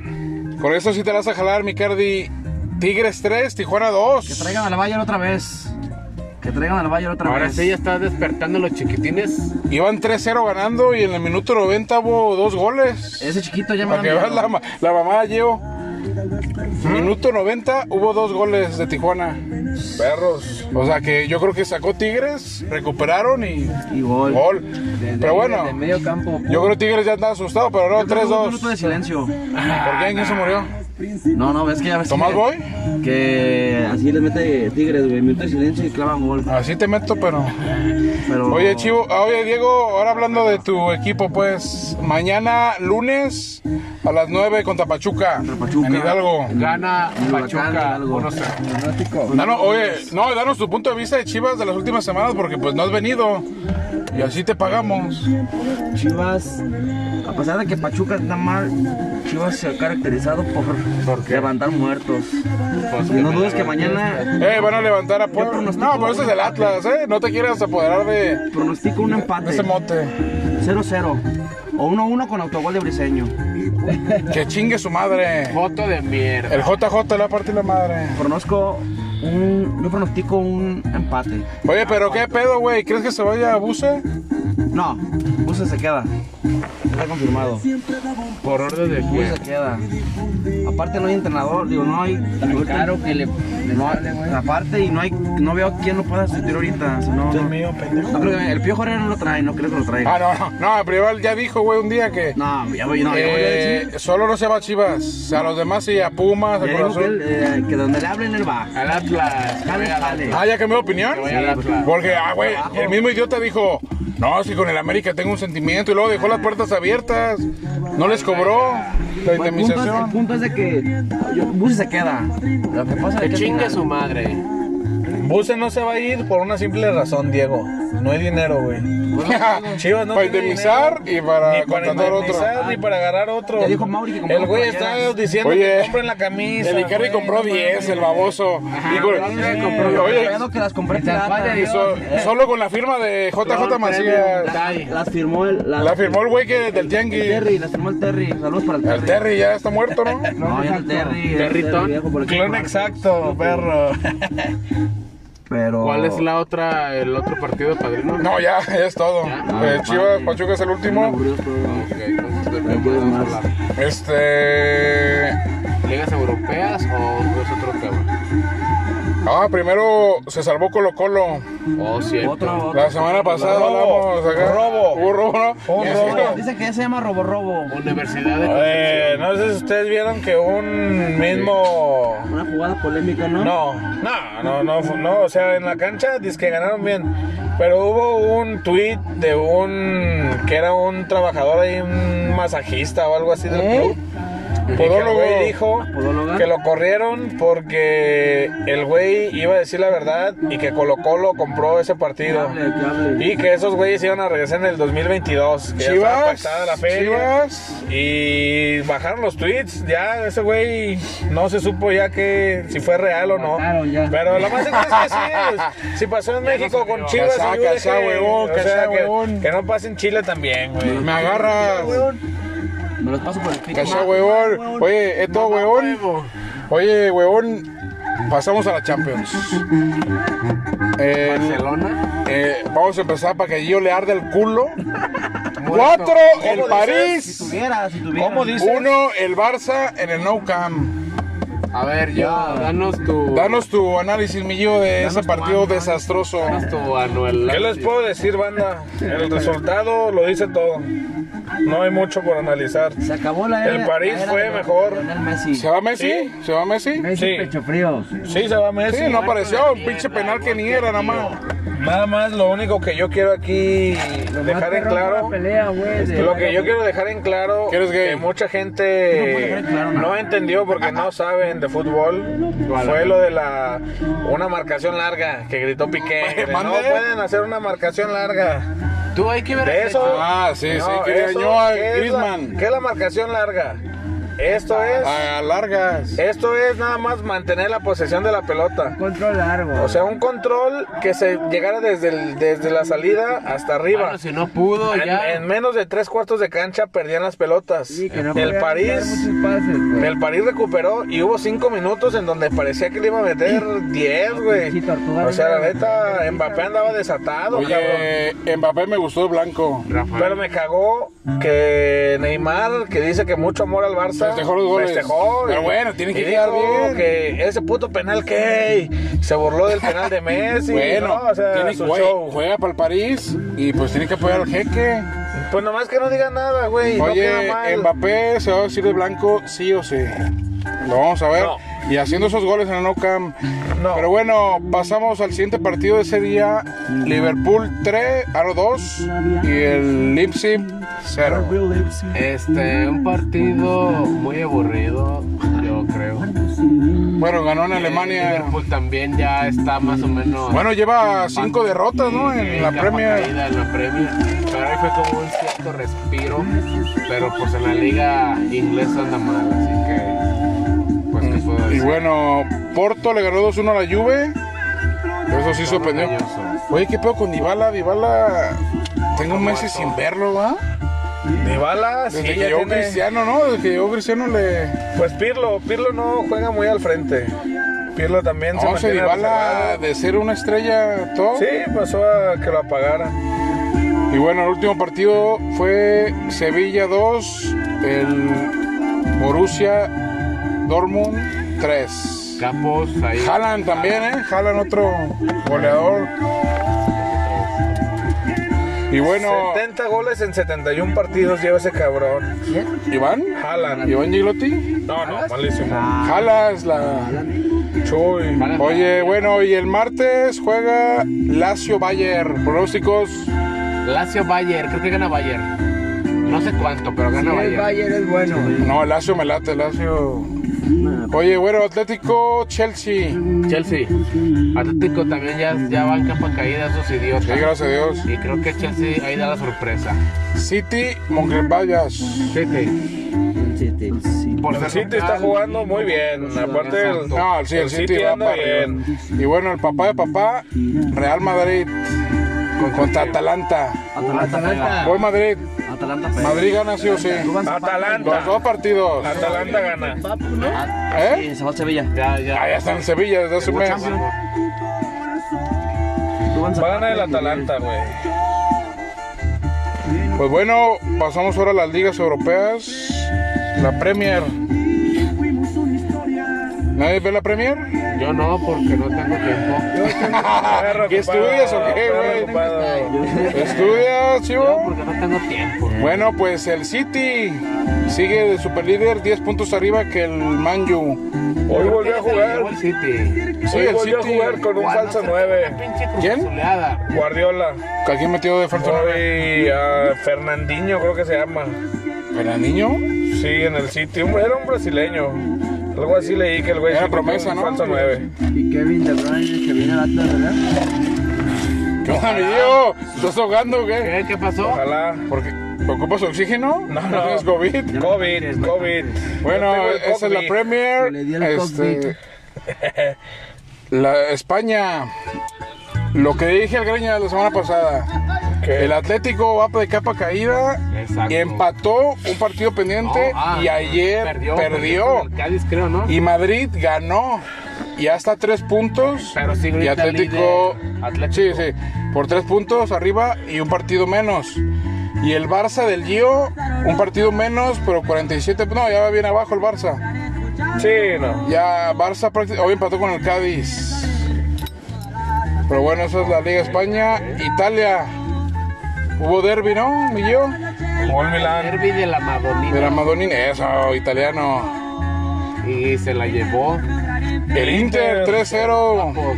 [SPEAKER 4] con eso sí te la vas a jalar, mi Cardi. Tigres 3, Tijuana 2.
[SPEAKER 11] Que traigan al Bayern otra vez. Que traigan al Bayern otra
[SPEAKER 2] Ahora
[SPEAKER 11] vez.
[SPEAKER 2] sí ya está despertando los chiquitines.
[SPEAKER 4] Iban 3-0 ganando y en el minuto 90 hubo dos goles.
[SPEAKER 11] Ese chiquito ya me
[SPEAKER 4] Para
[SPEAKER 11] da
[SPEAKER 4] que
[SPEAKER 11] miedo.
[SPEAKER 4] veas la, ma- la mamá llevo. Minuto 90 hubo dos goles de Tijuana. Perros. O sea que yo creo que sacó Tigres, recuperaron y
[SPEAKER 11] Y gol.
[SPEAKER 4] gol.
[SPEAKER 2] Desde
[SPEAKER 4] Pero
[SPEAKER 2] ahí,
[SPEAKER 4] bueno,
[SPEAKER 2] desde medio campo.
[SPEAKER 4] yo creo que Tigres ya andaba asustado, pero no,
[SPEAKER 11] Yo creo que Un
[SPEAKER 4] 3-2.
[SPEAKER 11] minuto de silencio.
[SPEAKER 4] ¿Por qué? ¿Quién se murió?
[SPEAKER 11] No, no, ves que ya ves.
[SPEAKER 4] ¿Tomás
[SPEAKER 11] que-
[SPEAKER 4] Boy?
[SPEAKER 11] Que así les mete Tigres, güey. Minuto de silencio y clavan gol.
[SPEAKER 4] Así te meto, pero.
[SPEAKER 11] Pero.
[SPEAKER 4] Oye, Chivo, ah, oye, Diego, ahora hablando de tu equipo, pues. Mañana, lunes, a las 9 contra Pachuca.
[SPEAKER 11] Pachuca.
[SPEAKER 4] En Hidalgo.
[SPEAKER 2] Gana Pachuca.
[SPEAKER 11] Pachuca, algo.
[SPEAKER 2] 1-0.
[SPEAKER 4] Danos, oye, no, danos tu punto de vista de Chivas de las últimas semanas porque pues no has venido y así te pagamos.
[SPEAKER 11] Chivas, a pesar de que Pachuca está mal, Chivas se ha caracterizado por, levantar muertos. no dudes que mañana
[SPEAKER 4] Eh, van a levantar a Puebla. No, pero ese es el Atlas, eh. No te quieras apoderar de
[SPEAKER 11] pronostico un empate
[SPEAKER 4] ese
[SPEAKER 11] 0-0
[SPEAKER 4] mote.
[SPEAKER 11] o 1-1 con autogol de Briseño.
[SPEAKER 4] Que chingue su madre.
[SPEAKER 2] Voto de mierda.
[SPEAKER 4] El JJ le va a partir la madre.
[SPEAKER 11] Conozco un, yo pronostico un empate.
[SPEAKER 4] Oye, pero qué pedo, güey. ¿Crees que se vaya a Buse?
[SPEAKER 11] No, Buse se queda. Está confirmado.
[SPEAKER 2] Por orden de
[SPEAKER 11] Buse
[SPEAKER 2] quién.
[SPEAKER 11] se queda. Aparte no hay entrenador, digo, no hay. claro que le, Aparte y no hay, no veo quién lo pueda sustituir ahorita. si no- no. No creo que- el Piojo Herrera no lo trae, no creo que lo traiga.
[SPEAKER 4] Ah, no, no, no. Prival ya dijo, güey, un día que
[SPEAKER 11] No, ya voy, no, ya voy a
[SPEAKER 4] eh,
[SPEAKER 11] decir.
[SPEAKER 4] solo no se va a Chivas. A los demás sí, a Pumas, a
[SPEAKER 11] Ya digo que, él,
[SPEAKER 4] Corazón.
[SPEAKER 11] eh, que donde le hablen él va.
[SPEAKER 2] Al Atlas. que
[SPEAKER 11] Jale,
[SPEAKER 2] vaya al
[SPEAKER 11] jale.
[SPEAKER 4] Ah, ya cambió de opinión.
[SPEAKER 2] Que vaya al Atlas.
[SPEAKER 4] Porque, ah, güey, el mismo idiota dijo, no, si con el América tengo un sentimiento, y luego dejó las puertas abiertas, no les cobró la
[SPEAKER 11] El punto, es, el
[SPEAKER 4] indemnización.
[SPEAKER 11] punto es de que yo- Buse se queda. Lo que pasa
[SPEAKER 2] Que
[SPEAKER 11] es que
[SPEAKER 2] chingue su madre.
[SPEAKER 3] Buse no se va a ir por una simple razón, Diego. No hay dinero, güey. Chivas no
[SPEAKER 4] para
[SPEAKER 3] tiene
[SPEAKER 4] indemnizar y para
[SPEAKER 3] Ni para
[SPEAKER 4] contratar otro.
[SPEAKER 3] indemnizar, ni para agarrar otro.
[SPEAKER 11] Ya dijo Mauri que compró
[SPEAKER 3] El güey
[SPEAKER 11] playeras.
[SPEAKER 3] está diciendo
[SPEAKER 4] Oye,
[SPEAKER 3] que compren la camisa.
[SPEAKER 4] El Icardi
[SPEAKER 3] güey.
[SPEAKER 4] compró 10, el baboso. Y con-
[SPEAKER 11] Pero
[SPEAKER 4] Oye,
[SPEAKER 11] creo que las compré pirata.
[SPEAKER 2] vaya
[SPEAKER 4] y so- solo con la firma de JJ Macías.
[SPEAKER 2] Dai.
[SPEAKER 11] Las firmó el. las-
[SPEAKER 4] La firmó el güey que del Tianguis.
[SPEAKER 11] Terry, las firmó el Terry. Saludos para el
[SPEAKER 4] El
[SPEAKER 11] Terry.
[SPEAKER 4] Terry ya está muerto, ¿no?
[SPEAKER 11] No, ya el Terry. el
[SPEAKER 2] Terry Ton.
[SPEAKER 11] viejo, por aquí.
[SPEAKER 3] Clon exacto, perro.
[SPEAKER 11] Pero.
[SPEAKER 2] ¿Cuál es la otra, el otro partido de padrino?
[SPEAKER 4] No, ya, ya es todo. Eh, Chivas, Pachuca es el último.
[SPEAKER 11] Aburridos todos.
[SPEAKER 2] Ok, entonces, ¿de qué podemos hablar?
[SPEAKER 4] Este.
[SPEAKER 2] ¿Ligas europeas o es otro tema?
[SPEAKER 4] Ah, primero se salvó Colo Colo.
[SPEAKER 2] Oh, siempre.
[SPEAKER 11] Otro, otro.
[SPEAKER 4] La semana pasada hablamos acá.
[SPEAKER 3] robo.
[SPEAKER 4] Hubo robo, ¿no? Y así,
[SPEAKER 11] Dicen que ya se llama Robo Robo.
[SPEAKER 2] Universidad de
[SPEAKER 3] Eh, no sé si ustedes vieron que un mismo.
[SPEAKER 11] Una jugada polémica, ¿no?
[SPEAKER 3] No, no, no, no, fu- no, o sea, en la cancha dice que ganaron bien, pero hubo un tweet de un que era un trabajador ahí, un masajista o algo así del club. y que el
[SPEAKER 4] Podólogo.
[SPEAKER 3] güey dijo
[SPEAKER 11] Podóloga.
[SPEAKER 3] que lo corrieron porque el güey iba a decir la verdad y que Colo Colo compró ese
[SPEAKER 11] Que
[SPEAKER 3] partido.
[SPEAKER 11] hable, que hable.
[SPEAKER 3] Y que esos güeyes iban a regresar en el 2022. Que ya estaba
[SPEAKER 4] Chivas.
[SPEAKER 3] pactada la feria.
[SPEAKER 4] Chivas.
[SPEAKER 3] Y bajaron los tweets, ya ese güey no se supo ya que si fue real o no.
[SPEAKER 11] Mataron ya.
[SPEAKER 3] Pero lo más seguro es que sí, pues, si pasó en México con Chivas,
[SPEAKER 4] Casá,
[SPEAKER 3] ayuda
[SPEAKER 4] casá,
[SPEAKER 3] que-
[SPEAKER 4] huevón,
[SPEAKER 3] o
[SPEAKER 4] casá,
[SPEAKER 3] sea, que-
[SPEAKER 4] huevón.
[SPEAKER 3] que no pase en Chile también, güey.
[SPEAKER 4] Me agarra.
[SPEAKER 11] Me los paso por el pico.
[SPEAKER 4] Cachá, huevón. Oye, esto, huevón. Oye, huevón. Pasamos a la Champions. El-
[SPEAKER 2] Barcelona.
[SPEAKER 4] eh, vamos a empezar para que yo le arde el culo. Cuatro, el
[SPEAKER 11] Si
[SPEAKER 4] París.
[SPEAKER 11] tuviera, si tuviera.
[SPEAKER 3] ¿Cómo dices?
[SPEAKER 4] Uno, el Barça en el No Camp.
[SPEAKER 2] A ver, yo, danos tu.
[SPEAKER 4] Danos tu análisis, Millo, de ese
[SPEAKER 11] tu
[SPEAKER 4] partido
[SPEAKER 11] análisis.
[SPEAKER 4] desastroso.
[SPEAKER 2] danos tu anual.
[SPEAKER 3] ¿Qué les puedo decir, banda? El resultado lo dice todo. No hay mucho por analizar.
[SPEAKER 11] Se acabó la era.
[SPEAKER 3] El París
[SPEAKER 11] la era
[SPEAKER 3] fue
[SPEAKER 11] de-
[SPEAKER 3] mejor.
[SPEAKER 11] de Lionel Messi.
[SPEAKER 4] ¿Se va Messi? ¿Se va Messi?
[SPEAKER 11] Messi
[SPEAKER 3] Sí.
[SPEAKER 11] pecho frío.
[SPEAKER 3] Sí, se va Messi.
[SPEAKER 4] Sí, no apareció, un pinche penal que ni era nada más.
[SPEAKER 3] Nada más lo único que yo quiero aquí dejar en claro.
[SPEAKER 11] pelea, güey. de-
[SPEAKER 3] Lo que yo quiero dejar en claro
[SPEAKER 4] Este, Que eres gay.
[SPEAKER 3] que mucha
[SPEAKER 11] No puedes
[SPEAKER 3] gente
[SPEAKER 11] dejar en claro nada.
[SPEAKER 3] no entendió porque no saben de fútbol fue lo de la una marcación larga que gritó Piqué.
[SPEAKER 4] Oye,
[SPEAKER 3] No
[SPEAKER 4] mande.
[SPEAKER 3] pueden hacer una marcación larga.
[SPEAKER 2] Tú hay que ver. este
[SPEAKER 3] De eso.
[SPEAKER 4] Ah, sí, sí,
[SPEAKER 3] no,
[SPEAKER 4] que le
[SPEAKER 3] eso,
[SPEAKER 4] dañó a
[SPEAKER 3] ¿qué es la-
[SPEAKER 4] Griezmann. Ah,
[SPEAKER 3] ¿Qué es la marcación larga? Esto es.
[SPEAKER 4] A largas.
[SPEAKER 3] Esto es nada más mantener la posesión de la pelota.
[SPEAKER 11] Control largo.
[SPEAKER 3] O sea, un control que se llegara desde, el- desde la salida hasta
[SPEAKER 11] Ah,
[SPEAKER 3] arriba.
[SPEAKER 2] Bueno, si no pudo,
[SPEAKER 3] En,
[SPEAKER 2] ya.
[SPEAKER 3] en menos de tres cuartos de cancha perdían las pelotas.
[SPEAKER 11] Sí, que no
[SPEAKER 3] el
[SPEAKER 11] podía
[SPEAKER 3] París,
[SPEAKER 11] hacer muchos pases, güey.
[SPEAKER 3] el París recuperó y hubo cinco minutos en donde parecía que le iba a meter 10, güey.
[SPEAKER 11] pinche tortuga,
[SPEAKER 3] O sea, la
[SPEAKER 11] güey.
[SPEAKER 3] neta, Mbappé andaba desatado, cabrón.
[SPEAKER 4] Oye, Mbappé me gustó de blanco.
[SPEAKER 3] Pero me cagó que Neymar, que dice que mucho amor al Barça,
[SPEAKER 4] Festejó los goles.
[SPEAKER 3] festejó,
[SPEAKER 4] Pero
[SPEAKER 3] y-
[SPEAKER 4] bueno, tiene
[SPEAKER 3] y
[SPEAKER 4] que quedar
[SPEAKER 3] dijo
[SPEAKER 4] bien.
[SPEAKER 3] Que ese puto penal que se burló del penal de Messi.
[SPEAKER 4] bueno,
[SPEAKER 3] ¿no? o sea,
[SPEAKER 4] tiene-
[SPEAKER 3] su
[SPEAKER 4] güey,
[SPEAKER 3] show.
[SPEAKER 4] juega para el París y pues tiene que apoyar al jeque.
[SPEAKER 3] Pues nomás que no diga nada, güey. no queda
[SPEAKER 4] Oye,
[SPEAKER 3] mal.
[SPEAKER 4] Mbappé se va a decir de blanco sí o sí. Lo vamos a ver.
[SPEAKER 3] No.
[SPEAKER 4] Y haciendo esos goles en el No Camp.
[SPEAKER 3] No.
[SPEAKER 4] Pero bueno, pasamos al siguiente partido de ese día. Liverpool 3, Aro 2 y el Leipzig 0.
[SPEAKER 2] Este, un partido muy aburrido, yo creo.
[SPEAKER 4] Bueno, ganó en
[SPEAKER 2] Eh,
[SPEAKER 4] Alemania.
[SPEAKER 2] Liverpool también ya está más o menos.
[SPEAKER 4] Bueno, lleva cinco derrotas, ¿no? En la
[SPEAKER 2] capa
[SPEAKER 4] Premier.
[SPEAKER 2] caída en la Premier. Pero ahí fue como un cierto respiro. Pero pues en la liga inglesa anda mal, así que. Pues qué puedo
[SPEAKER 4] Y
[SPEAKER 2] decir.
[SPEAKER 4] bueno, Porto le ganó 2-1 a la Juve. Eso sí sorprendió.
[SPEAKER 2] Maravilloso.
[SPEAKER 4] Oye, ¿qué pedo con Dybala? Dybala... Tengo meses sin verlo, ¿va?
[SPEAKER 3] Dybala, sí,
[SPEAKER 4] Desde que
[SPEAKER 3] ya
[SPEAKER 4] llegó
[SPEAKER 3] tiene-
[SPEAKER 4] Cristiano, ¿no? Desde que llegó Cristiano le...
[SPEAKER 3] Pues Pirlo, Pirlo no juega muy al frente. Pirlo también
[SPEAKER 4] No, se
[SPEAKER 3] mantiene
[SPEAKER 4] Dybala
[SPEAKER 3] reservado.
[SPEAKER 4] de ser una estrella todo.
[SPEAKER 3] Sí, pasó a que lo apagaran.
[SPEAKER 4] Y bueno, el último partido fue Sevilla 2, el Borussia Dortmund 3.
[SPEAKER 2] Capos ahí.
[SPEAKER 4] Jalan también, ¿eh? Jalan otro goleador. Y bueno,
[SPEAKER 3] 70 goles en 71 partidos lleva ese cabrón.
[SPEAKER 4] Iván,
[SPEAKER 3] Jalan.
[SPEAKER 4] Iván Gilotti,
[SPEAKER 3] No, no, malísimo.
[SPEAKER 4] Ah. Jalas la...
[SPEAKER 3] Chuy.
[SPEAKER 4] Oye, bueno, y el martes juega Lazio Bayern. Pronósticos,
[SPEAKER 2] Lazio Bayer, creo que gana Bayer. No sé cuánto, pero gana
[SPEAKER 11] El
[SPEAKER 2] Bayer.
[SPEAKER 11] Bayern es bueno.
[SPEAKER 4] no, Lazio me late, Lazio. Oye, bueno, Atlético Chelsea.
[SPEAKER 2] Chelsea. Atlético también ya, ya va en capa caída, esos idiotas.
[SPEAKER 4] Sí, gracias a Dios.
[SPEAKER 2] Y creo que Chelsea ahí da la sorpresa.
[SPEAKER 4] City, Moncler Vallas.
[SPEAKER 2] City. Por
[SPEAKER 3] El
[SPEAKER 2] ser
[SPEAKER 3] City
[SPEAKER 2] local,
[SPEAKER 3] está jugando muy bien. Aparte, el,
[SPEAKER 4] No, sí, el City, va
[SPEAKER 3] anda
[SPEAKER 4] para arriba.
[SPEAKER 3] bien.
[SPEAKER 4] Y bueno, el papá de papá, Real Madrid con- contra Atalanta.
[SPEAKER 10] Atalanta, pega.
[SPEAKER 4] Voy Madrid.
[SPEAKER 10] Atalanta, pega.
[SPEAKER 4] Madrid gana sí o sí. Los
[SPEAKER 3] Atalanta.
[SPEAKER 4] dos partidos.
[SPEAKER 3] Atalanta gana.
[SPEAKER 4] ¿Eh?
[SPEAKER 10] Sí, se va a Sevilla.
[SPEAKER 2] Ya, ya.
[SPEAKER 4] Allá está en Sevilla desde hace un mes.
[SPEAKER 10] Tú vas
[SPEAKER 3] Va a ganar el Atalanta, güey.
[SPEAKER 4] Pues bueno, pasamos ahora a las ligas europeas. La Premier. ¿Nadie ve la Premier?
[SPEAKER 2] Yo no, porque no tengo tiempo.
[SPEAKER 3] Perro
[SPEAKER 4] ¿Qué
[SPEAKER 3] ocupado,
[SPEAKER 4] estudias o qué,
[SPEAKER 3] perro
[SPEAKER 4] güey?
[SPEAKER 3] ocupado.
[SPEAKER 4] ¿Estudias,
[SPEAKER 2] Yo
[SPEAKER 4] chivo?
[SPEAKER 2] porque no tengo tiempo.
[SPEAKER 4] Bueno, pues el City sigue de superlíder, 10 puntos arriba que el Manju.
[SPEAKER 3] Hoy volvió a jugar.
[SPEAKER 2] El City.
[SPEAKER 4] Sí,
[SPEAKER 3] Hoy
[SPEAKER 4] el
[SPEAKER 3] volvió a
[SPEAKER 4] City.
[SPEAKER 3] jugar con un
[SPEAKER 2] Igual no
[SPEAKER 3] falso
[SPEAKER 2] se Una
[SPEAKER 3] 9.
[SPEAKER 2] pinche
[SPEAKER 4] ¿Quién?
[SPEAKER 2] cruzuleada.
[SPEAKER 3] Guardiola.
[SPEAKER 4] ¿Que ¿Alguien metió de falta nueve?
[SPEAKER 3] Hoy a Fernandinho creo que se llama.
[SPEAKER 4] ¿Era niño?
[SPEAKER 3] Sí, en el City. Un- Era un brasileño. Algo así leí que el güey
[SPEAKER 4] Era
[SPEAKER 3] se metió
[SPEAKER 4] promesa,
[SPEAKER 3] un
[SPEAKER 4] ¿no?
[SPEAKER 3] Falso 9.
[SPEAKER 11] Y Kevin De Bruyne que viene al Atlas, ¿verdad?
[SPEAKER 4] ¿Qué onda, mi Diego? ¿Estás ahogando o qué?
[SPEAKER 2] ¿Qué? ¿Qué
[SPEAKER 10] Ah,
[SPEAKER 2] pasó?
[SPEAKER 3] Ojalá.
[SPEAKER 4] Porque ocupas oxígeno, no,
[SPEAKER 3] no.
[SPEAKER 4] tienes COVID.
[SPEAKER 3] COVID, COVID.
[SPEAKER 4] Bueno,
[SPEAKER 3] tengo el
[SPEAKER 4] esa es la
[SPEAKER 3] COVID.
[SPEAKER 4] Premier.
[SPEAKER 11] Le di el
[SPEAKER 4] Este, la España. Lo que dije al Greña la semana pasada.
[SPEAKER 3] ¿Qué?
[SPEAKER 4] El Atlético va de capa caída.
[SPEAKER 2] Exacto.
[SPEAKER 4] Empató un partido pendiente
[SPEAKER 3] Oh,
[SPEAKER 2] No, ah,
[SPEAKER 4] y ayer perdió.
[SPEAKER 2] con el Cádiz, creo, ¿no?
[SPEAKER 4] Y Madrid ganó. Y hasta tres puntos.
[SPEAKER 2] Pero sí grita
[SPEAKER 4] y Atlético,
[SPEAKER 2] líder, Atlético.
[SPEAKER 4] Sí, sí. Por tres puntos arriba y un partido menos. Y el Barça del Gio, un partido menos, pero 47. No, ya va bien abajo el Barça.
[SPEAKER 3] Sí, no.
[SPEAKER 4] Ya Barça prácti- hoy empató con el Cádiz. Pero bueno, esa es la Liga España. Italia. Hubo derby, ¿no, mi Gio?
[SPEAKER 3] Jugó el Milán.
[SPEAKER 2] Derby de la
[SPEAKER 4] De la
[SPEAKER 2] Madonina.
[SPEAKER 4] Madonina. Eso, italiano.
[SPEAKER 2] Y se la llevó.
[SPEAKER 4] El Inter 3-0.
[SPEAKER 2] Capos.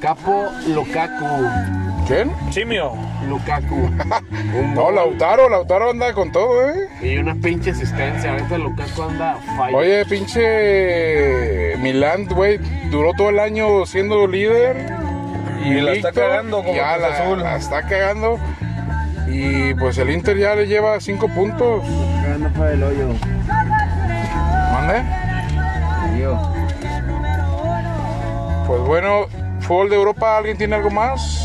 [SPEAKER 2] Capo Lukaku.
[SPEAKER 4] ¿Quién?
[SPEAKER 3] Simio.
[SPEAKER 2] Lukaku. Un
[SPEAKER 4] No,
[SPEAKER 2] gol
[SPEAKER 4] Lautaro, Lautaro anda con todo, ¿eh?
[SPEAKER 2] Y una pinche asistencia. Ahorita Lukaku anda fallando.
[SPEAKER 4] Oye, pinche Milán, güey, duró todo el año siendo líder.
[SPEAKER 3] Y la está
[SPEAKER 4] invicto,
[SPEAKER 3] cagando como
[SPEAKER 4] ya
[SPEAKER 3] Cruz
[SPEAKER 4] la,
[SPEAKER 3] Azul.
[SPEAKER 4] la está cagando. Y pues el Inter ya le lleva cinco puntos.
[SPEAKER 11] Cagando fuera del hoyo.
[SPEAKER 4] ¿Dónde?
[SPEAKER 11] Digo,
[SPEAKER 4] Pues bueno, fútbol de Europa, ¿alguien tiene algo más?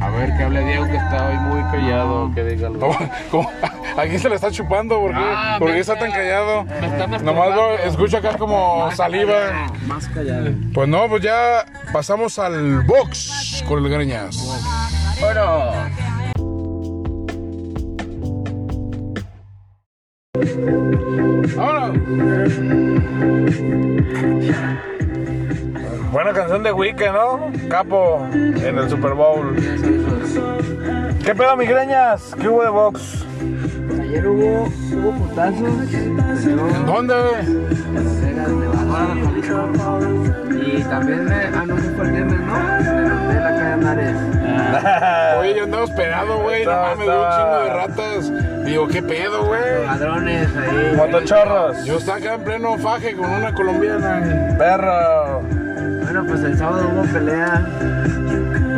[SPEAKER 2] A ver, que hable Diego, que está hoy muy callado, que diga algo.
[SPEAKER 4] No, ¿cómo? Aquí se le está chupando, ¿por qué,
[SPEAKER 2] Ah,
[SPEAKER 4] ¿Por qué
[SPEAKER 2] me
[SPEAKER 4] está
[SPEAKER 2] está-
[SPEAKER 4] tan callado?
[SPEAKER 2] me está
[SPEAKER 4] Nomás lo
[SPEAKER 2] masturbando.
[SPEAKER 4] escucho acá como saliva.
[SPEAKER 10] Más callado.
[SPEAKER 4] Pues no, pues ya pasamos al box con el Greñas. ¡Vámonos!
[SPEAKER 3] Buena canción de Wicca, ¿no? Capo en el Super Bowl. ¿Qué pedo, migrañas? ¿Qué hubo de box?
[SPEAKER 11] ayer hubo, hubo putazos, pero
[SPEAKER 4] ¿Dónde?
[SPEAKER 11] eran de bajada, Juanito. Y también me, ah, no sé por qué me, no, me de la calle Andares.
[SPEAKER 4] Oye, yo andaba hospedado, güey. No
[SPEAKER 3] Estaba-
[SPEAKER 4] mames, vi un chingo de
[SPEAKER 3] estaba-
[SPEAKER 4] ratas. Digo, ¿qué pedo, güey?
[SPEAKER 11] Ladrones ahí.
[SPEAKER 3] Motochorros.
[SPEAKER 4] Yo estaba acá en pleno faje con una colombiana.
[SPEAKER 3] Perro.
[SPEAKER 11] Bueno, pues el sábado hubo pelea.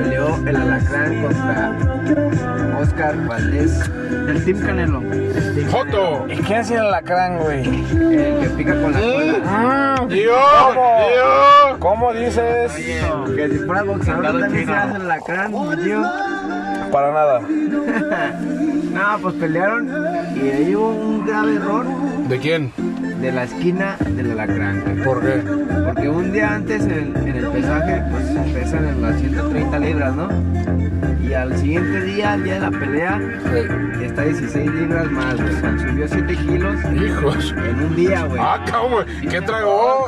[SPEAKER 11] Peleó el alacrán contra Oscar Valdés.
[SPEAKER 10] El Team Canelo.
[SPEAKER 11] El tigre,
[SPEAKER 4] ¡Joto!
[SPEAKER 3] ¿Y quién es el alacrán, güey?
[SPEAKER 11] El que pica con la cola.
[SPEAKER 4] ¡Dios!
[SPEAKER 3] ¿Cómo?
[SPEAKER 4] ¡Dios!
[SPEAKER 3] ¿Cómo dices?
[SPEAKER 11] Que si fuera boxeador
[SPEAKER 10] Soldado
[SPEAKER 11] también
[SPEAKER 10] chino.
[SPEAKER 11] se hace el alacrán, mi tío.
[SPEAKER 3] Para nada.
[SPEAKER 11] No, pues pelearon y ahí hubo un grave error
[SPEAKER 4] ¿De quién?
[SPEAKER 11] de la esquina del alacrán.
[SPEAKER 4] ¿Por qué?
[SPEAKER 11] Porque un día antes en, en el pesaje, pues pesan en las 130 libras, ¿no? Y al siguiente día, al día de la pelea, está 16 libras más, güey. O sea, subió 7 kilos
[SPEAKER 4] Hijos.
[SPEAKER 11] en un día, güey.
[SPEAKER 4] ¡Ah, cabrón! ¿Qué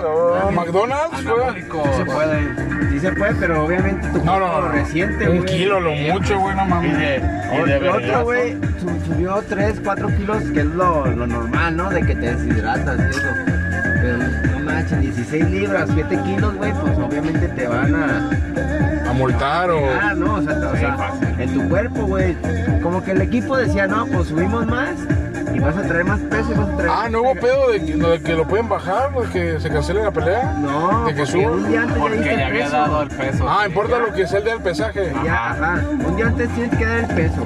[SPEAKER 4] tragó? ¿McDonald's? güey?
[SPEAKER 11] Sí se puede, sí se puede, pero obviamente tu
[SPEAKER 4] No, no,
[SPEAKER 11] cuerpo
[SPEAKER 4] no.
[SPEAKER 11] reciente,
[SPEAKER 4] Un
[SPEAKER 11] güey.
[SPEAKER 4] kilo lo mucho, güey, no
[SPEAKER 2] Y
[SPEAKER 4] mames.
[SPEAKER 2] de, y de
[SPEAKER 11] El
[SPEAKER 2] vergazo.
[SPEAKER 11] otro, güey, su- subió 3, 4 kilos, que es lo, lo normal, ¿no? De que te deshidratas y eso. Pero no manches, 16 libras, 7 kilos, güey, pues obviamente te van a...
[SPEAKER 4] A multar o...
[SPEAKER 11] Ah, no, o sea, o sea, en tu cuerpo, güey. Como que el equipo decía, no, pues subimos más y vas a traer más peso y vas a traer...
[SPEAKER 4] Ah, ¿no hubo pedo de que, de que lo pueden bajar, de que se cancele la pelea?
[SPEAKER 11] No,
[SPEAKER 4] ¿De que
[SPEAKER 11] porque
[SPEAKER 4] suba?
[SPEAKER 11] un día antes
[SPEAKER 2] Porque
[SPEAKER 11] diste
[SPEAKER 2] le había
[SPEAKER 11] peso.
[SPEAKER 2] dado el peso.
[SPEAKER 4] Ah, importa lo que sea el del pesaje.
[SPEAKER 11] Ya, ajá. Un día antes tienes que dar el peso.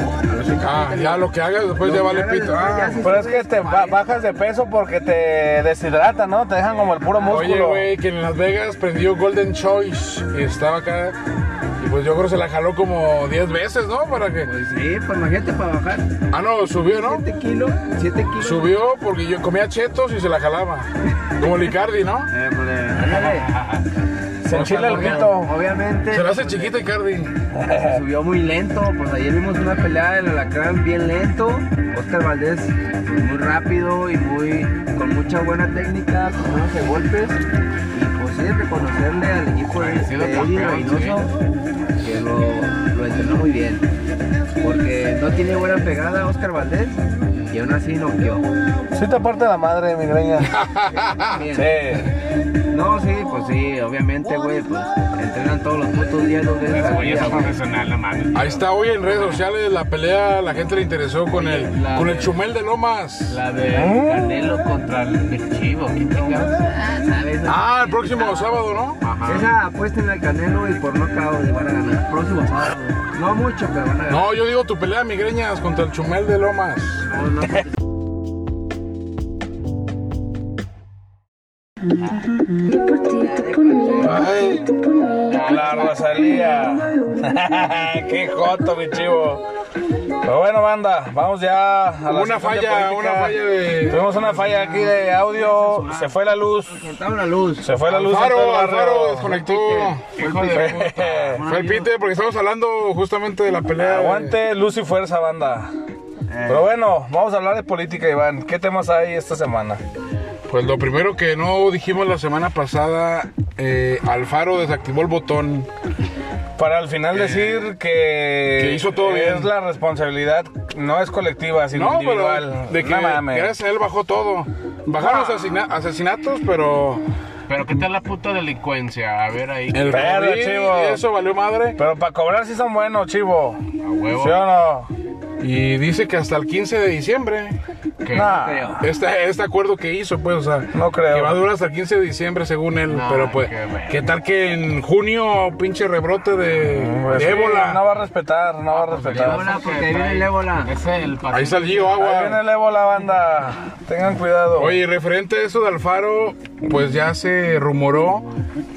[SPEAKER 4] Ah, ya lo que hagas después ya vale pito. Ah,
[SPEAKER 3] Pero es que te ba- bajas de peso porque te deshidrata, ¿no? Te dejan como el puro
[SPEAKER 4] Oye,
[SPEAKER 3] músculo.
[SPEAKER 4] güey, que en Las Vegas prendió Golden Choice y estaba acá. Y pues yo creo que se la jaló como 10 veces, ¿no? Para que.
[SPEAKER 11] Sí, pues imagínate para bajar
[SPEAKER 4] Ah, no, subió, ¿no?
[SPEAKER 11] 7 kilos, 7 kilos.
[SPEAKER 4] Subió porque yo comía chetos y se la jalaba. Como Licardi, ¿no?
[SPEAKER 11] Ándale.
[SPEAKER 3] Se enchila el pito.
[SPEAKER 11] Obviamente pues,
[SPEAKER 4] Se la hace chiquita Icardi.
[SPEAKER 11] se subió muy lento, pues ayer vimos una pelea del alacrán bien lento, Oscar Valdés pues, muy rápido y muy con mucha buena técnica, con buenos de golpes y pues sí reconocerle al equipo de,
[SPEAKER 2] sido
[SPEAKER 11] de Eddie
[SPEAKER 2] campeón, sí.
[SPEAKER 11] Reynoso que lo, lo entrenó muy bien porque no tiene buena pegada Oscar Valdés y aún así no quedó.
[SPEAKER 3] Sí te parte la madre, migraña. Sí.
[SPEAKER 11] No, sí, pues sí, obviamente, güey, pues entrenan todos los putos días dos veces.
[SPEAKER 2] Ese
[SPEAKER 11] al
[SPEAKER 2] güey es
[SPEAKER 11] día, güey.
[SPEAKER 2] profesional, no mames.
[SPEAKER 4] Ahí está hoy en redes sociales la pelea, la gente le interesó con el, con el chumel de Lomas.
[SPEAKER 2] La de Canelo contra el el Chivo. ¿Qué chingados?
[SPEAKER 11] Ah, ¿sabes?
[SPEAKER 4] Ah, el próximo sábado, ¿no?
[SPEAKER 11] Ah. Esa apuesta en el Canelo y por nocaut le van a ganar. Próximo sábado. No mucho, pero van a ganar.
[SPEAKER 4] No, yo digo tu pelea migreñas contra el chumel de Lomas.
[SPEAKER 11] No, no, porque-
[SPEAKER 4] Ay, Ah,
[SPEAKER 3] La Rosalía. Qué joto, mi chivo. Pero bueno, banda, vamos ya a la sección
[SPEAKER 4] una
[SPEAKER 3] de
[SPEAKER 4] falla,
[SPEAKER 3] política.
[SPEAKER 4] una falla de.
[SPEAKER 3] Tuvimos una falla aquí de audio, se fue la luz,
[SPEAKER 11] Cortaron la luz.
[SPEAKER 3] se fue la luz. en todo el
[SPEAKER 4] Alfaro,
[SPEAKER 3] barrio.
[SPEAKER 4] Alfaro desconectó. Hijo de puta. Fue el pite porque estamos hablando justamente de la pelea.
[SPEAKER 3] Aguante luz y fuerza, banda. Pero bueno, vamos a hablar de política, Iván. ¿Qué temas hay esta semana?
[SPEAKER 4] Pues lo primero que no dijimos la semana pasada, eh, Alfaro desactivó el botón.
[SPEAKER 3] Para al final decir que,
[SPEAKER 4] que hizo todo
[SPEAKER 3] es
[SPEAKER 4] bien.
[SPEAKER 3] la responsabilidad, no es colectiva, sino
[SPEAKER 4] No,
[SPEAKER 3] individual.
[SPEAKER 4] pero de que
[SPEAKER 3] No mames. Ah.
[SPEAKER 4] gracias a él bajó todo. Bajaron asesina- asesinatos, pero
[SPEAKER 2] Pero ¿qué tal la puta delincuencia? A ver ahí.
[SPEAKER 4] el
[SPEAKER 3] Pero,
[SPEAKER 4] rodín
[SPEAKER 3] chivo.
[SPEAKER 4] y eso valió madre.
[SPEAKER 3] Pero para cobrar sí son buenos, chivo.
[SPEAKER 2] A huevo.
[SPEAKER 3] ¿Sí o no?
[SPEAKER 4] Y dice que hasta el 15 de diciembre. Que
[SPEAKER 3] Nah.
[SPEAKER 4] este, este acuerdo que hizo, pues, o sea,
[SPEAKER 3] No creo.
[SPEAKER 4] que va a durar hasta el 15 de diciembre, según él. pero pues,
[SPEAKER 2] qué
[SPEAKER 4] qué,
[SPEAKER 2] bueno.
[SPEAKER 4] tal que en junio, pinche rebrote de,
[SPEAKER 3] Pues
[SPEAKER 4] de
[SPEAKER 3] sí,
[SPEAKER 4] ébola?
[SPEAKER 3] No va a respetar, no va a respetar.
[SPEAKER 11] Ébola, porque ahí viene el ébola.
[SPEAKER 2] Ese es el
[SPEAKER 4] Ahí
[SPEAKER 2] paquete.
[SPEAKER 4] salió
[SPEAKER 3] Ahí viene
[SPEAKER 4] agua.
[SPEAKER 3] el ébola, banda. Tengan cuidado.
[SPEAKER 4] Oye, y referente a eso de Alfaro, pues ya se rumoró